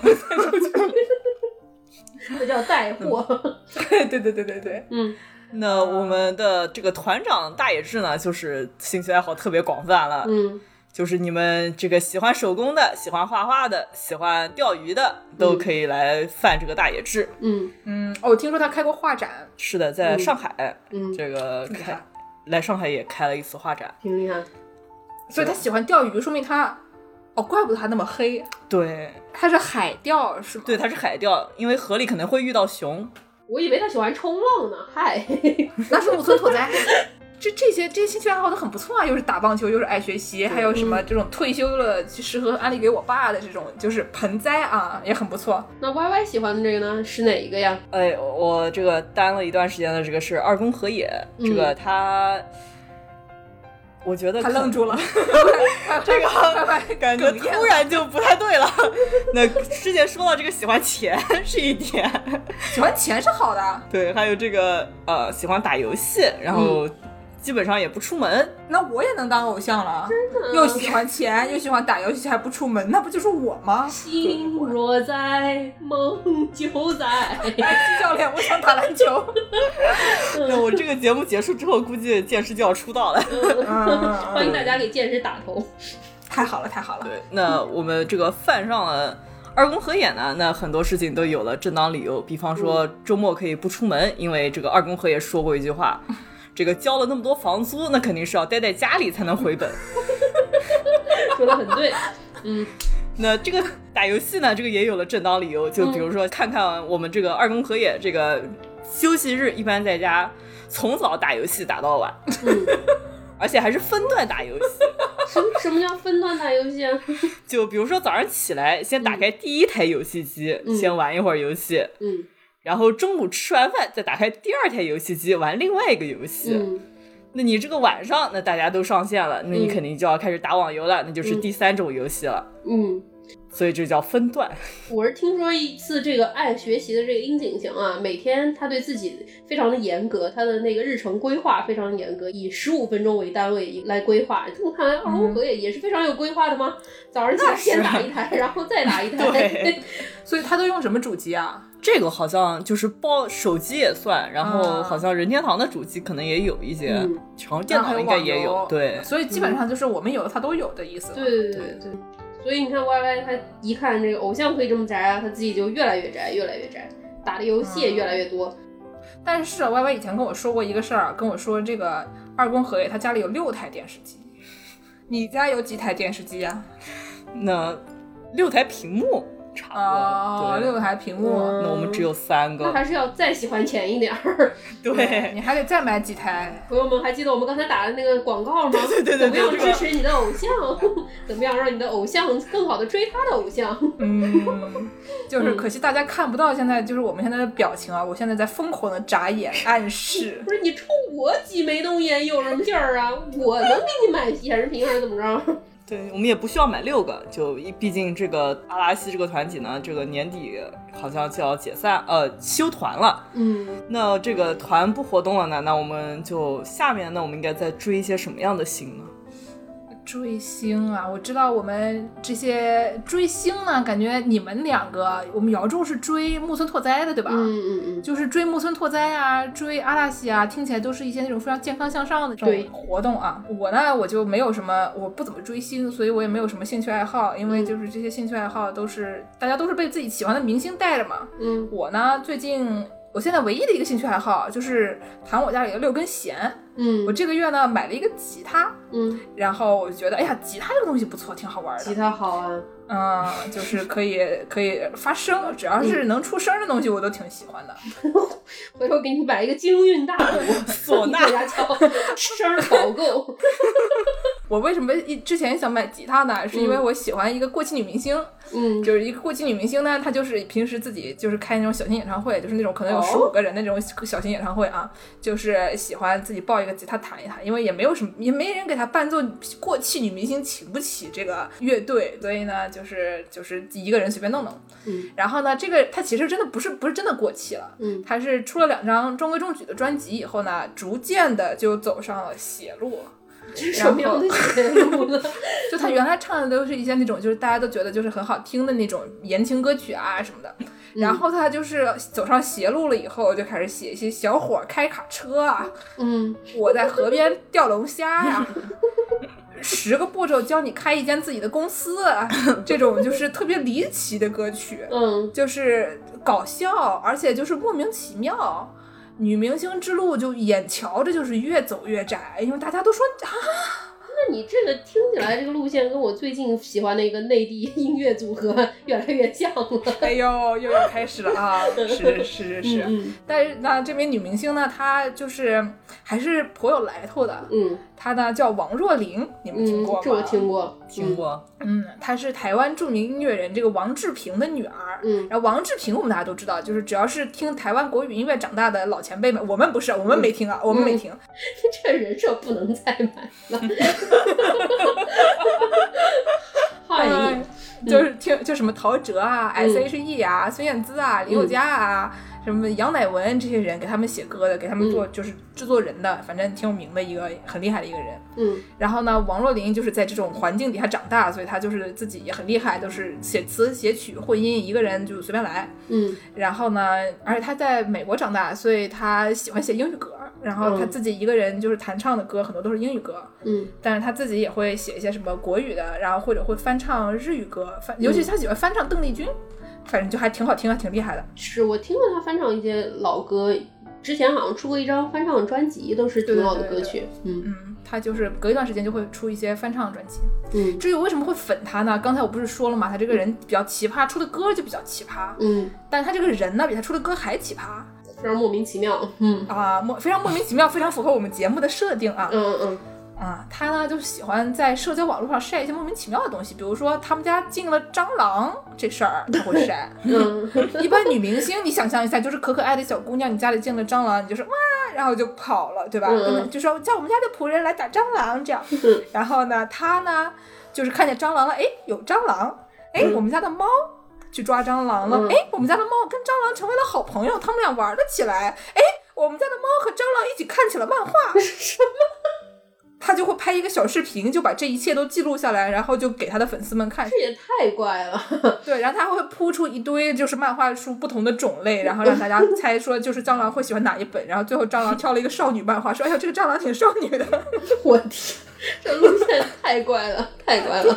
B: 这叫带货。
A: (laughs) 对对对对对对，
B: (laughs) 嗯
C: 那我们的这个团长大野智呢，就是兴趣爱好特别广泛了，
B: 嗯
C: 就是你们这个喜欢手工的、喜欢画画的、喜欢钓鱼的，都可以来犯这个大野智。
B: 嗯
A: 嗯，哦，我听说他开过画展，
C: 是的，在上海、
B: 嗯，
C: 这个
A: 厉
C: 开
A: 害
C: 来上海也开了一次画展，
B: 挺厉害。
A: 所以他喜欢钓鱼，说明他，哦，怪不得他那么黑，
C: 对
A: 他是海钓是吗？
C: 对，它是海钓，因为河里可能会遇到熊，
B: 我以为他喜欢冲浪呢，嗨， (laughs)
A: 那是木村拓哉。 (laughs) 这这些这些兴趣爱好都很不错啊，又是打棒球，又是爱学习，还有什么这种退休了就适合安利给我爸的这种，就是盆栽啊，也很不错。
B: 那 Y Y 喜欢的这个呢是哪一个呀？
C: 哎，我这个担了一段时间的这个是二宫和也，
B: 嗯
C: 这个他，我觉得
A: 他
C: 可
A: 愣
C: (laughs)
A: 住了，
C: 这个
A: 快快
C: (laughs) 感觉
A: 哽咽
C: 突然就不太对了。那之前说到这个喜欢钱是一点，
A: 喜欢钱是好的，
C: 对，还有这个呃喜欢打游戏，然后基本上也不出门，
A: 那我也能当偶像了。又喜欢钱，又喜欢打游戏，还不出门，那不就是我吗？
B: (laughs)
A: (laughs)
B: 心若在，梦就在。
A: 哎教练，我想打篮
C: (laughs)
A: 球。
C: 那我这个节目结束之后，估计剑师就要出道了。
B: 欢
A: 嗯，
B: 迎大家给剑师打头。 (laughs)
A: 太好了，太好了。
C: 对，那我们这个犯上了二宫和也呢，那很多事情都有了正当理由，比方说周末可以不出门，因为这个二宫和也说过一句 (laughs) 话。这个交了那么多房租，那肯定是要待在家里才能回本。
B: 说的很对，嗯
C: 那这个打游戏呢，这个也有了正当理由，就
B: 嗯
C: 比如说看看我们这个二宫和也这个休息日一般在家从早打游戏打到晚，
B: 嗯，
C: (laughs) 而且还是分段打游戏。
B: (laughs) 什么什么叫分段打游戏啊？
C: 就比如说早上起来先打开第一台游戏机，
B: 嗯
C: 先玩一会儿游戏，
B: 嗯
C: 然后中午吃完饭再打开第二台游戏机玩另外一个游戏。
B: 嗯
C: 那你这个晚上，那大家都上线了，那你
B: 嗯
C: 肯定就要开始打网游了，那就是第三种游戏了。
B: 嗯，
C: 所以这叫分段。
B: 我是听说一次这个爱学习的这个樱井行啊，每天他对自己非常的严格，他的那个日程规划非常严格，以十五分钟为单位来规划。这么看来，二宫和也也是非常有规划的吗？早上起来先打一台，然后再打一台，
C: 对
A: 所以他都用什么主机啊？
C: 这个好像就是包手机也算，然后
A: 啊
C: 好像任天堂的主机可能也有一些，
B: 嗯
C: 然后电脑应该也
A: 然后还
C: 有
A: 网。游
C: 对，嗯
A: 所以基本上就是我们有的他都有的意思。
B: (laughs) 对对对对。所以你看 Y Y，他一看这个偶像可以这么宅啊，他自己就越来越宅，越来越宅，打的游戏也越来越多。
A: 但是啊 Y Y 以前跟我说过一个事儿，跟我说这个二宫和也他家里有六台电视机，你家有几台电视机啊呀、
C: 那六台屏幕差不多。
A: 哦，
C: 啊对，
A: 六台屏幕。
B: 嗯
C: 那我们只有三
B: 那
C: 个。
B: 还是要再喜欢钱一点儿。
C: 对，
A: 你还得再买几台。
B: 朋友们，还记得我们刚才打的那个广告吗？
C: 对对对对
B: 怎么
C: 这个
B: 样支持你的偶像？ (laughs) 怎么样让你的偶像更好的追他的偶像？ (laughs)
A: 嗯，就是可惜大家看不到现在，就是我们现在的表情啊，我现在在疯狂的眨眼暗示
B: 不。是你冲我挤眉弄眼有什么劲儿啊？我能给你买显示屏还是怎么着？
C: 对，我们也不需要买六个，就一毕竟这个阿拉西这个团体呢，这个年底好像就要解散，呃，休团了。
B: 嗯
C: 那这个
A: 嗯
C: 团不活动了呢，那我们就下面呢，我们应该再追一些什么样的星呢？
A: 追星啊，我知道我们这些追星呢，感觉你们两个，我们姚柱是追木村拓哉的，对吧？
B: 嗯嗯嗯，
A: 就是追木村拓哉啊，追阿拉西啊，听起来都是一些那种非常健康向上的这
B: 对
A: 种活动啊。我呢，我就没有什么，我不怎么追星，所以我也没有什么兴趣爱好，因为
B: 嗯
A: 就是这些兴趣爱好都是大家都是被自己喜欢的明星带着嘛。
B: 嗯
A: 我呢，最近我现在唯一的一个兴趣爱好啊就是弹我家里的六根弦。
B: 嗯
A: 我这个月呢买了一个吉他，
B: 嗯，
A: 然后我觉得哎呀，吉他这个东西不错，挺好玩
B: 吉
A: 的。
B: 他好啊，
A: 嗯，就是可以可以发声，只 (laughs) 要是能出声的东西，我都挺喜欢的。
B: 回头给你摆一个金融韵大鼓，
C: 唢呐
B: (laughs) 你在家敲，声儿搞够。
A: 我为什么一之前想买吉他呢？是因为
B: 嗯
A: 我喜欢一个过气女明星，
B: 嗯，
A: 就是一个过气女明星呢，她就是平时自己就是开那种小型演唱会，就是那种可能有十五个人的那种小型演唱会啊，就是喜欢自己抱一个吉他弹一弹，因为也没有什么，也没人给她伴奏，过气女明星请不起这个乐队，所以呢，就是就是一个人随便弄弄。
B: 嗯，
A: 然后呢，这个她其实真的不是不是真的过气了，
B: 嗯，
A: 她是出了两张中规中矩的专辑以后呢，逐渐的就走上了邪路。
B: 这什么样的节目
C: (laughs)
B: 呢？
A: 就他原来唱的都是一些那种，就是大家都觉得就是很好听的那种言情歌曲啊什么的。然后他就是走上邪路了以后，就开始写一些小伙儿开卡车啊，
B: 嗯
A: 我在河边钓龙虾呀、十个步骤教你开一间自己的公司啊，这种就是特别离奇的歌曲，
B: 嗯
A: 就是搞笑，而且就是莫名其妙。女明星之路就眼瞧着就是越走越窄，因为大家都说啊，
B: 那你这个听起来这个路线跟我最近喜欢的一个内地音乐组合 (laughs) 越来越像了。
A: 哎呦，又要开始了啊！是是是是，
B: 嗯
A: 但是呢，这名女明星呢，她就是还是颇有来头的。
B: 嗯
A: 她呢叫王若琳，你们听
B: 嗯
A: 过吗？，
B: 这我听。过。
C: 听过，
A: 嗯，她是台湾著名音乐人这个王志平的女儿。
B: 嗯
A: 然后王志平我们大家都知道，就是只要是听台湾国语音乐长大的老前辈们，我们不是，我们没听啊，
B: 嗯
A: 我们没听。
B: (laughs) 这人设不能再买了。嗨、
A: 哎
B: 嗯
A: 就是听就什么陶喆啊、S.H.E 啊、孙燕姿啊、林宥嘉啊、什么杨乃文这些人，给他们写歌的，给他们
B: 嗯
A: 做就是制作人的，反正挺有名的一个很厉害的一个人。
B: 嗯
A: 然后呢，王若琳就是在这种环境底下长大，所以她就是自己也很厉害，就是写词写曲混音，一个人就随便来。
B: 嗯
A: 然后呢，而且她在美国长大，所以她喜欢写英语歌。然后她
B: 嗯
A: 自己一个人就是弹唱的歌，很多都是英语歌，
B: 嗯
A: 但是她自己也会写一些什么国语的，然后或者会翻唱日语歌，翻尤其她喜欢翻唱邓丽君，反正就还挺好听啊，挺厉害的。
B: 是我听过他翻唱一些老歌，之前好像出过一张翻唱专辑，都是挺好的歌曲。嗯
A: 嗯，她就是隔一段时间就会出一些翻唱专辑。
B: 嗯
A: 至于我为什么会粉他呢？刚才我不是说了嘛，他这个人比较奇葩，出的歌就比较奇葩，
B: 嗯，
A: 但他这个人呢，比他出的歌还奇葩
B: 非常莫名其妙。嗯
A: 啊，莫非常莫名其妙，非常符合我们节目的设定啊
B: 嗯嗯
A: 啊！他呢就喜欢在社交网络上晒一些莫名其妙的东西，比如说他们家进了蟑螂这事儿，他会晒。
B: 嗯嗯 (laughs)
A: (laughs) 一般女明星，你想象一下，就是可可爱的小姑娘，你家里进了蟑螂，你就是哇，然后就跑了，对吧？
B: 嗯嗯
A: 根本就说叫我们家的仆人来打蟑螂这样。
B: 嗯
A: 然后呢，她呢就是看见蟑螂了，哎，有蟑螂，哎，我们家的猫。去抓蟑螂了，
B: 嗯
A: 哎、我们家的猫跟蟑螂成为了好朋友，他们俩玩了起来，哎，我们家的猫和蟑螂一起看起了漫画，
B: 什
A: 么？他就会拍一个小视频，就把这一切都记录下来，然后就给他的粉丝们看，
B: 这也太怪了。
A: 对，然后他会铺出一堆就是漫画书不同的种类，然后让大家猜说就是蟑螂会喜欢哪一本，然后最后蟑螂挑了一个少女漫画，说哎呦这个蟑螂挺少女的， (laughs)
B: 我天，这路线太怪了，太怪了。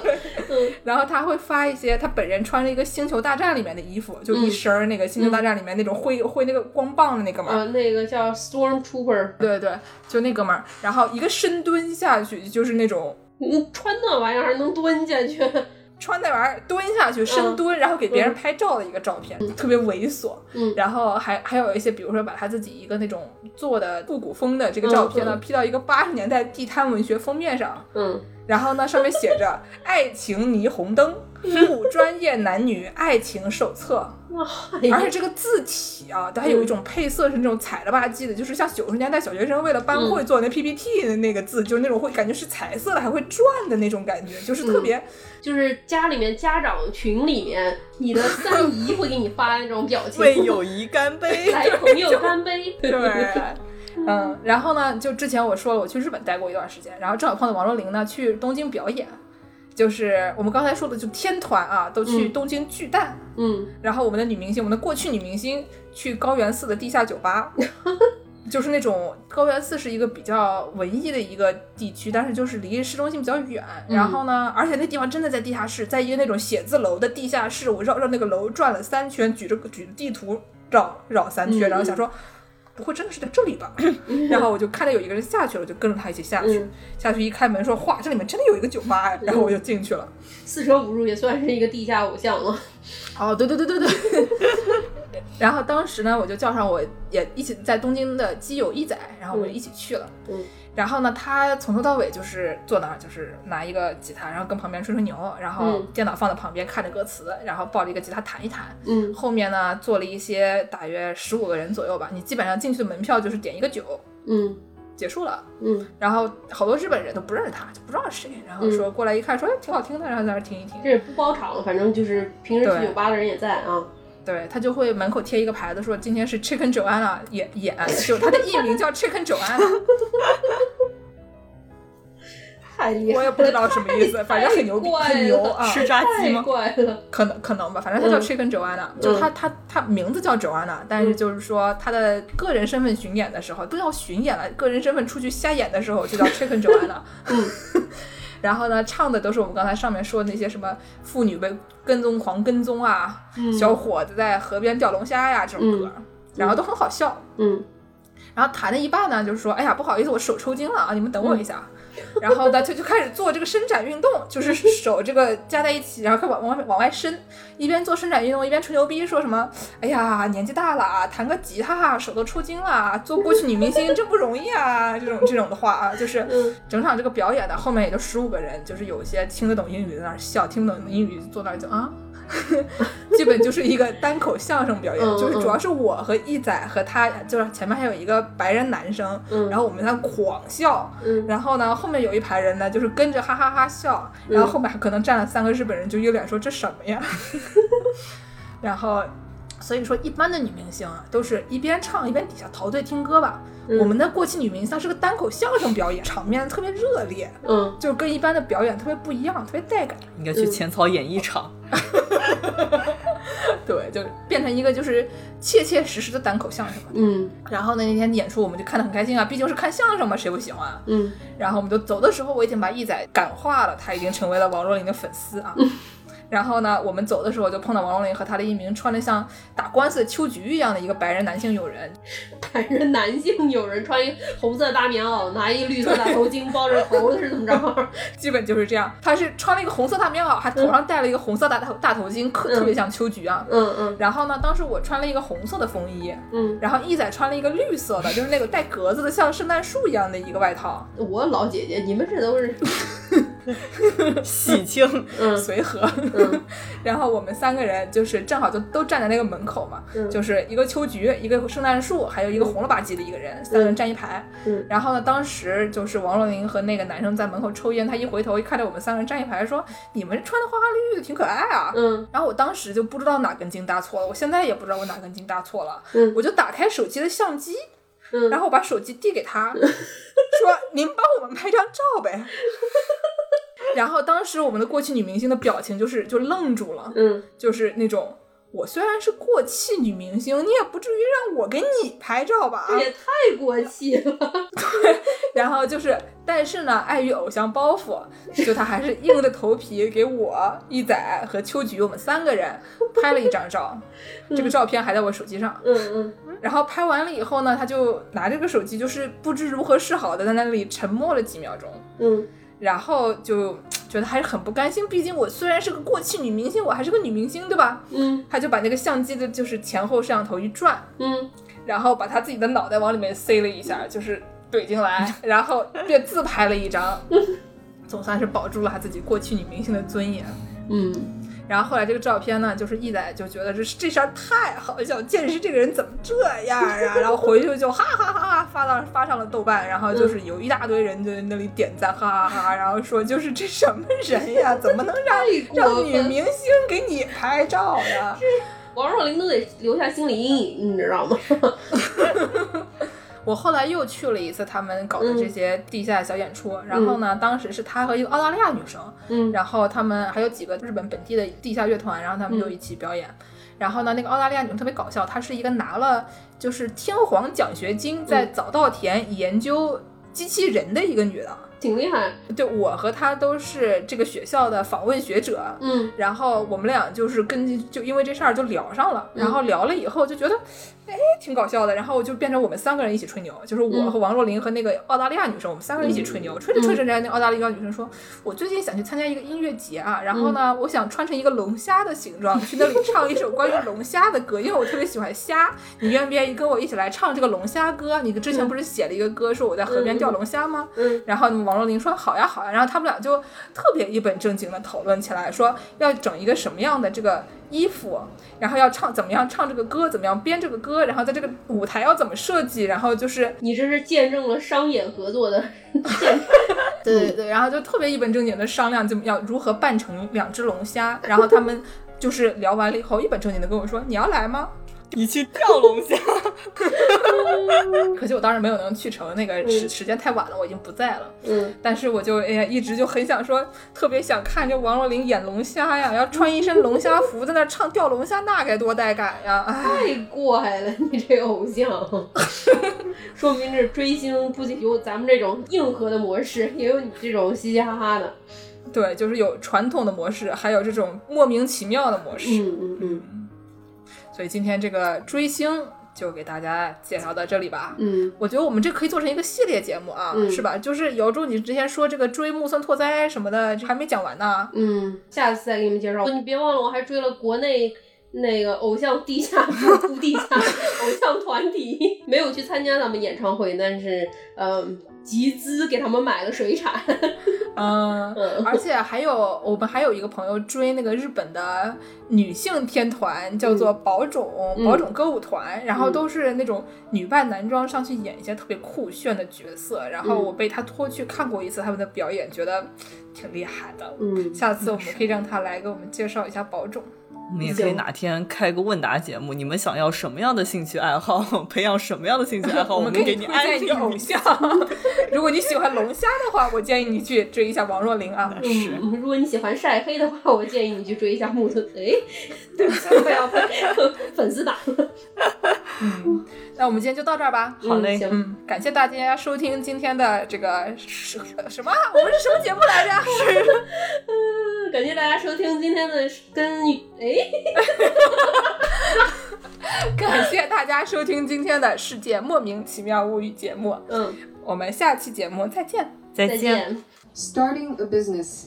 A: 然后他会发一些他本人穿了一个星球大战里面的衣服，就一
B: 嗯
A: 身儿那个星球大战里面那种会会那个光棒的那个嘛，
B: 啊，那个叫 Stormtrooper，
A: 对对，就那哥们儿，然后一个深蹲下去就是那种。
B: 嗯，穿那玩意儿还能蹲下去？
A: 穿那玩意儿蹲下去深蹲，然后给别人拍照的一个照片，特别猥琐。
B: 嗯
A: 然后还还有一些，比如说把他自己一个那种做的复古风的这个照片呢，
B: 嗯
A: P 到一个八十年代地摊文学封面上，
B: 嗯，
A: 然后呢上面写
B: (laughs)
A: 着“爱情霓虹灯”，
B: 嗯
A: 不专业男女爱情手
B: (laughs)
A: 册。
B: 哇，哎
A: 而且这个字体啊，它还有一种配色是那种彩了吧唧的，就是像九十年代小学生为了
B: 嗯
A: 班会做那 PPT 的那个字，就是那种会感觉是彩色的，还会转的那种感觉，就是
B: 嗯
A: 特别。
B: 就是家里面家长群里面，你的三姨会给你发那种表情，
C: 为友谊干杯。
A: (laughs)
B: 来朋友干杯。
A: 对，嗯，然后呢，就之前我说了，我去日本待过一段时间，然后正好碰到王若琳呢去东京表演，就是我们刚才说的，就天团啊都去
B: 嗯
A: 东京巨蛋，
B: 嗯，
A: 然后我们的女明星，我们的过去女明星去高原寺的地下酒
B: (laughs)
A: 吧。就是那种高原寺是一个比较文艺的一个地区，但是就是离市中心比较远。然后
B: 嗯
A: 呢，而且那地方真的在地下室，在一个那种写字楼的地下室，我绕绕那个楼转了三圈，举着举着地图绕绕三圈，
B: 嗯
A: 然后想说，不会真的是在这里
B: (laughs)
A: 吧？然后我就看到有一个人下去了，我就跟着他一起下去。
B: 嗯
A: 下去一开门说，哇，这里面真的有一个酒吧呀！然后我就进去了。
B: 四舍五入也算是一个地下偶像了。
A: 哦，对对对对对。 (laughs) 然后当时呢，我就叫上我也一起在东京的基友一仔，然后我们一起去了。
B: 嗯
A: 然后呢，他从头到尾就是坐那儿，就是拿一个吉他，然后跟旁边吹吹牛，然后
B: 嗯
A: 电脑放在旁边看着歌词，然后抱着一个吉他弹一弹。
B: 嗯
A: 后面呢，坐了一些大约十五个人左右吧，你基本上进去的门票就是点一个酒，
B: 嗯
A: 结束了。
B: 嗯，
A: 然后好多日本人都不认识他，就不知道是谁。然后说过来一看，说哎挺好听的，然后在那儿听一听
B: 这。也不包场，反正就是平时去
A: 对
B: 酒吧的人也在啊。
A: 对他就会门口贴一个牌子说今天是 Chicken Joanna 演演，就是他的艺名叫 Chicken Joanna，
B: 太厉害
A: 我 (laughs)
B: 了，
A: 也不知道什么意思，反正很牛逼，
B: 太
A: 很牛啊，
C: 是炸鸡
B: 太
C: 吗？
B: 怪了。
A: 可能可能吧，反正他叫
B: 嗯
A: Chicken Joanna，、就是他他他名字叫 Joanna，但是就是说他的个人身份巡演的时候，不要巡演了，个人身份出去瞎演的时候就叫 Chicken Joanna。
B: 嗯。
A: (laughs) 然后呢，唱的都是我们刚才上面说的那些什么妇女被跟踪狂跟踪啊，
B: 嗯
A: 小伙子在河边钓龙虾呀、这种歌，然后都很好笑。
B: 嗯
A: 然后弹了一半呢，就是说，哎呀，不好意思，我手抽筋了啊，你们等我一下。然后呢，就就开始做这个伸展运动，就是手这个加在一起，然后开始往往外往外伸，一边做伸展运动，一边吹牛逼，说什么，哎呀，年纪大了啊，弹个吉他啊手都抽筋了啊，做过去女明星真不容易啊，这种这种的话啊，就是
B: 嗯
A: 整场这个表演的后面也就十五个人，就是有一些听得懂英语在那儿笑，听不懂英语坐那儿就啊。 (laughs) 基本就是一个单口相声表演，
B: 嗯
A: 就是
B: 嗯
A: 主要是我和一仔和他，就是前面还有一个白人男生，
B: 嗯
A: 然后我们在那狂笑，
B: 嗯
A: 然后呢后面有一排人呢就是跟着哈哈哈笑，然
B: 嗯
A: 后后面还可能站了三个日本人就一脸说这什么呀， (laughs) 然后所以说一般的女明星啊都是一边唱一边底下陶醉听歌吧，
B: 嗯
A: 我们的过气女明星她是个单口相声表演，场面特别热烈，
B: 嗯，
A: 就跟一般的表演特别不一样，特别带感。
C: 应该去浅草演艺场。 (laughs)
A: 对，就变成一个就是切切实实的单口相声嘛。
B: 嗯
A: 然后呢，那天演出我们就看得很开心啊，毕竟是看相声嘛，谁不喜欢啊？
B: 嗯
A: 然后我们就走的时候，我已经把一仔感化了，他已经成为了王若琳的粉丝啊。然后呢，我们走的时候就碰到王若琳和他的一名穿着像打官司的秋菊一样的一个白人男性友人，
B: 反正男性有人穿一红色大棉袄， (laughs) 拿一绿色大头巾包着头，是怎么着？
A: 基本就是这样。他是穿了一个红色大棉袄，还头上戴了一个红色大头大头巾，可特别像秋菊啊。
B: (laughs) 嗯嗯
A: 然后呢，当时我穿了一个红色的风衣，
B: 嗯，
A: 然后一仔穿了一个绿色的， (laughs) 就是那个带格子的，像圣诞树一样的一个外套，
B: 我老姐姐，你们这都是
C: 喜庆，
B: (laughs) 嗯
A: 随和。
B: 嗯
A: (laughs) 然后我们三个人就是正好就都站在那个门口嘛，
B: 嗯
A: 就是一个秋菊，一个圣诞树，还有一个红了吧唧的一个人，三个人站一排。
B: 嗯
A: 然后呢，当时就是王若琳和那个男生在门口抽烟，他一回头一看到我们三个人站一排，说：“你们穿的花花绿绿的，挺可爱啊。
B: 嗯
A: 然后我当时就不知道哪根筋搭错了，我现在也不知道我哪根筋搭错了，
B: 嗯
A: 我就打开手机的相机，
B: 嗯
A: 然后我把手机递给他，说：“您帮我们拍张照呗。” (laughs) 然后当时我们的过气女明星的表情就是就愣住了，
B: 嗯
A: 就是那种我虽然是过气女明星，你也不至于让我给你拍照吧？啊
B: 这也太过气了。
A: 然后就是，但是呢，碍于偶像包袱，就他还是硬着头皮给我、一仔和秋菊我们三个人拍了一张照，这个照片还在我手机上。
B: 嗯嗯
A: 然后拍完了以后呢，他就拿这个手机，就是不知如何是好的，在那里沉默了几秒钟，
B: 嗯
A: 然后就觉得还是很不甘心，毕竟我虽然是个过气女明星，我还是个女明星，对吧？
B: 嗯
A: 他就把那个相机的，就是前后摄像头一转，
B: 嗯
A: 然后把他自己的脑袋往里面塞了一下，就是怼进来，然后便自拍了一张，总算是保住了他自己过去女明星的尊严。
B: 嗯，
A: 然后后来这个照片呢，就是一仔就觉得这这事儿太好笑，见识这个人怎么这样啊？然后回去就哈哈哈哈发到发上了豆瓣，然后就是有一大堆人就在那里点赞，哈哈哈哈，然后说就是这什么人呀，怎么能让
B: 太
A: 让
B: 过
A: 女
B: 分。
A: 明星给你拍照呀？
B: 王若琳都得留下心理阴影，你知道吗？
A: 我后来又去了一次他们搞的这些地下小演出，然后呢，当时是他和一个澳大利亚女生，
B: 嗯
A: 然后他们还有几个日本本地的地下乐团，然后他们就一起表演。然后呢，那个澳大利亚女生特别搞笑，她是一个拿了就是天皇奖学金，在早稻田研究机器人的一个女的。
B: (laughs) 挺厉害，
A: 对我和她都是这个学校的访问学者，
B: 嗯，
A: 然后我们俩就是跟就因为这事儿就聊上了，
B: 嗯
A: 然后聊了以后就觉得，哎，挺搞笑的。然后就变成我们三个人一起吹牛，就是我
B: 嗯
A: 和王若琳和那个澳大利亚女生，我们三个人一起吹牛。吹着吹着，人家那澳大利亚女生说，我最近想去参加一个音乐节啊，然后
B: 嗯
A: 呢，我想穿成一个龙虾的形状去那里唱一首关于龙虾的歌，因为我特别喜欢虾。你愿不愿意跟我一起来唱这个龙虾歌？你之前不是写了一个歌，说我在河边钓龙虾吗？
B: 嗯，
A: 然后王若琳说好呀好呀，然后他们俩就特别一本正经的讨论起来，说要整一个什么样的这个衣服，然后要唱怎么样唱这个歌，怎么样编这个歌，然后在这个舞台要怎么设计，然后就是
B: 你这是见证了商演合作的，
A: 对对对，然后就特别一本正经的商量怎么要如何扮成两只龙虾，然后他们就是聊完了以后一本正经的跟我说你要来吗？
C: 你去钓龙
A: (laughs)
C: 虾，
A: 可惜我当时没有能去成，那个时时间太晚了，我已经不在了。
B: 嗯，
A: 但是我就哎呀，一直就很想说，特别想看这王若琳演龙虾呀，要穿一身龙虾服在那儿唱钓龙虾，那该多带感呀！ (laughs) 哎，
B: 太怪了， (laughs) 你这个偶像，说明这追星不仅有咱们这种硬核的模式，也有你这种嘻嘻哈哈的，
A: 对，就是有传统的模式，还有这种莫名其妙的模式。
B: 嗯嗯嗯
A: 所以今天这个追星就给大家介绍到这里吧。
B: 嗯，
A: 我觉得我们这可以做成一个系列节目啊，
B: 嗯
A: 是吧？就是姚柱，你之前说这个追木村拓哉什么的，这还没讲完呢。
B: 嗯，下次再给你们介绍。你别忘了，我还追了国内那个偶像地下不不地下 (laughs) 偶像团体，没有去参加他们演唱会，但是嗯，集资给他们买了水产。
A: 嗯，
B: 嗯
A: 而且还有我们还有一个朋友追那个日本的女性天团，叫做宝冢、
B: 嗯
A: 宝冢歌舞团，然后都是那种女扮男装上去演一些特别酷炫的角色。然后我
B: 嗯
A: 被他拖去看过一次他们的表演，觉得挺厉害的。
B: 嗯，
A: 下次我们可以让他来给我们介绍一下宝冢。
C: 我们也可以哪天开个问答节目，你们想要什么样的兴趣爱好， (laughs) 培养什么样的兴趣爱好，
A: (laughs) 我
C: 们
A: 可
C: 给
A: 以
C: 你
A: 推
C: 安
A: 荐
C: 利
A: 你偶像。如果你喜欢龙虾的话，我建议你去追一下王若琳啊。
C: 是
B: 嗯，如果你喜欢晒黑的话，我建议你去追一下木村。哎， (laughs) 对不起，我要被粉丝打。
A: 嗯，那我们今天就到这儿吧。
C: 好嘞
B: 嗯、行，
A: 嗯，感谢大家收听今天的这个什什么？我们是什么节目来着？
B: 嗯感谢大家收听今天的跟哎，
A: (laughs) 感谢大家收听今天的《世界莫名其妙物语》节目，
B: 嗯，
A: 我们下期节目再见。
C: 再
B: 再
C: 见。
B: 见。
D: Starting a business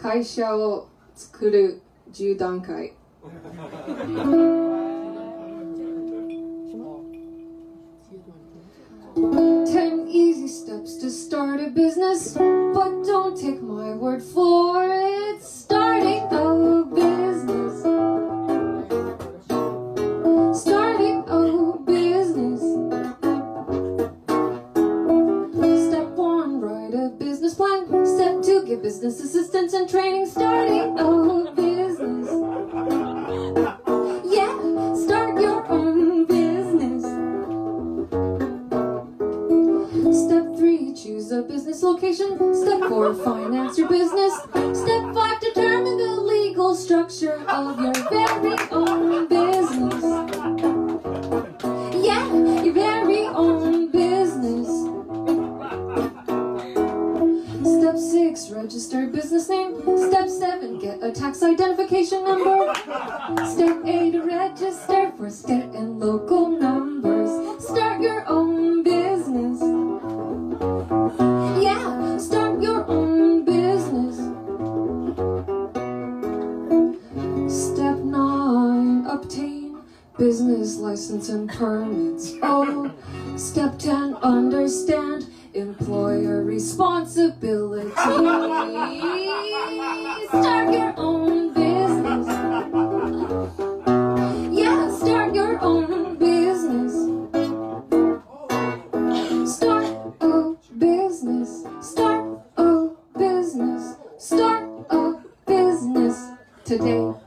D: 会社を作る10段階10 easy steps to start a business but don't take my word for it starting a business starting a business Step one, write a business plan. Step two, get business assistance and training. Starting a business. Yeah, start your own business. Step three, choose a business location. Step four, finance your business. Step five, determine the legal structure of your very own business. Yeah, your very own business. Step six, register business name. Step seven, get a tax identification number. Step eight, register for state and local numbers. Start your own business. Yeah, start your own business. Step nine, obtain business license and permits. Oh, step 10, understand employer responsibility. Start your own business. Yeah, start your own business. Start a business. Start a business. Start a business today.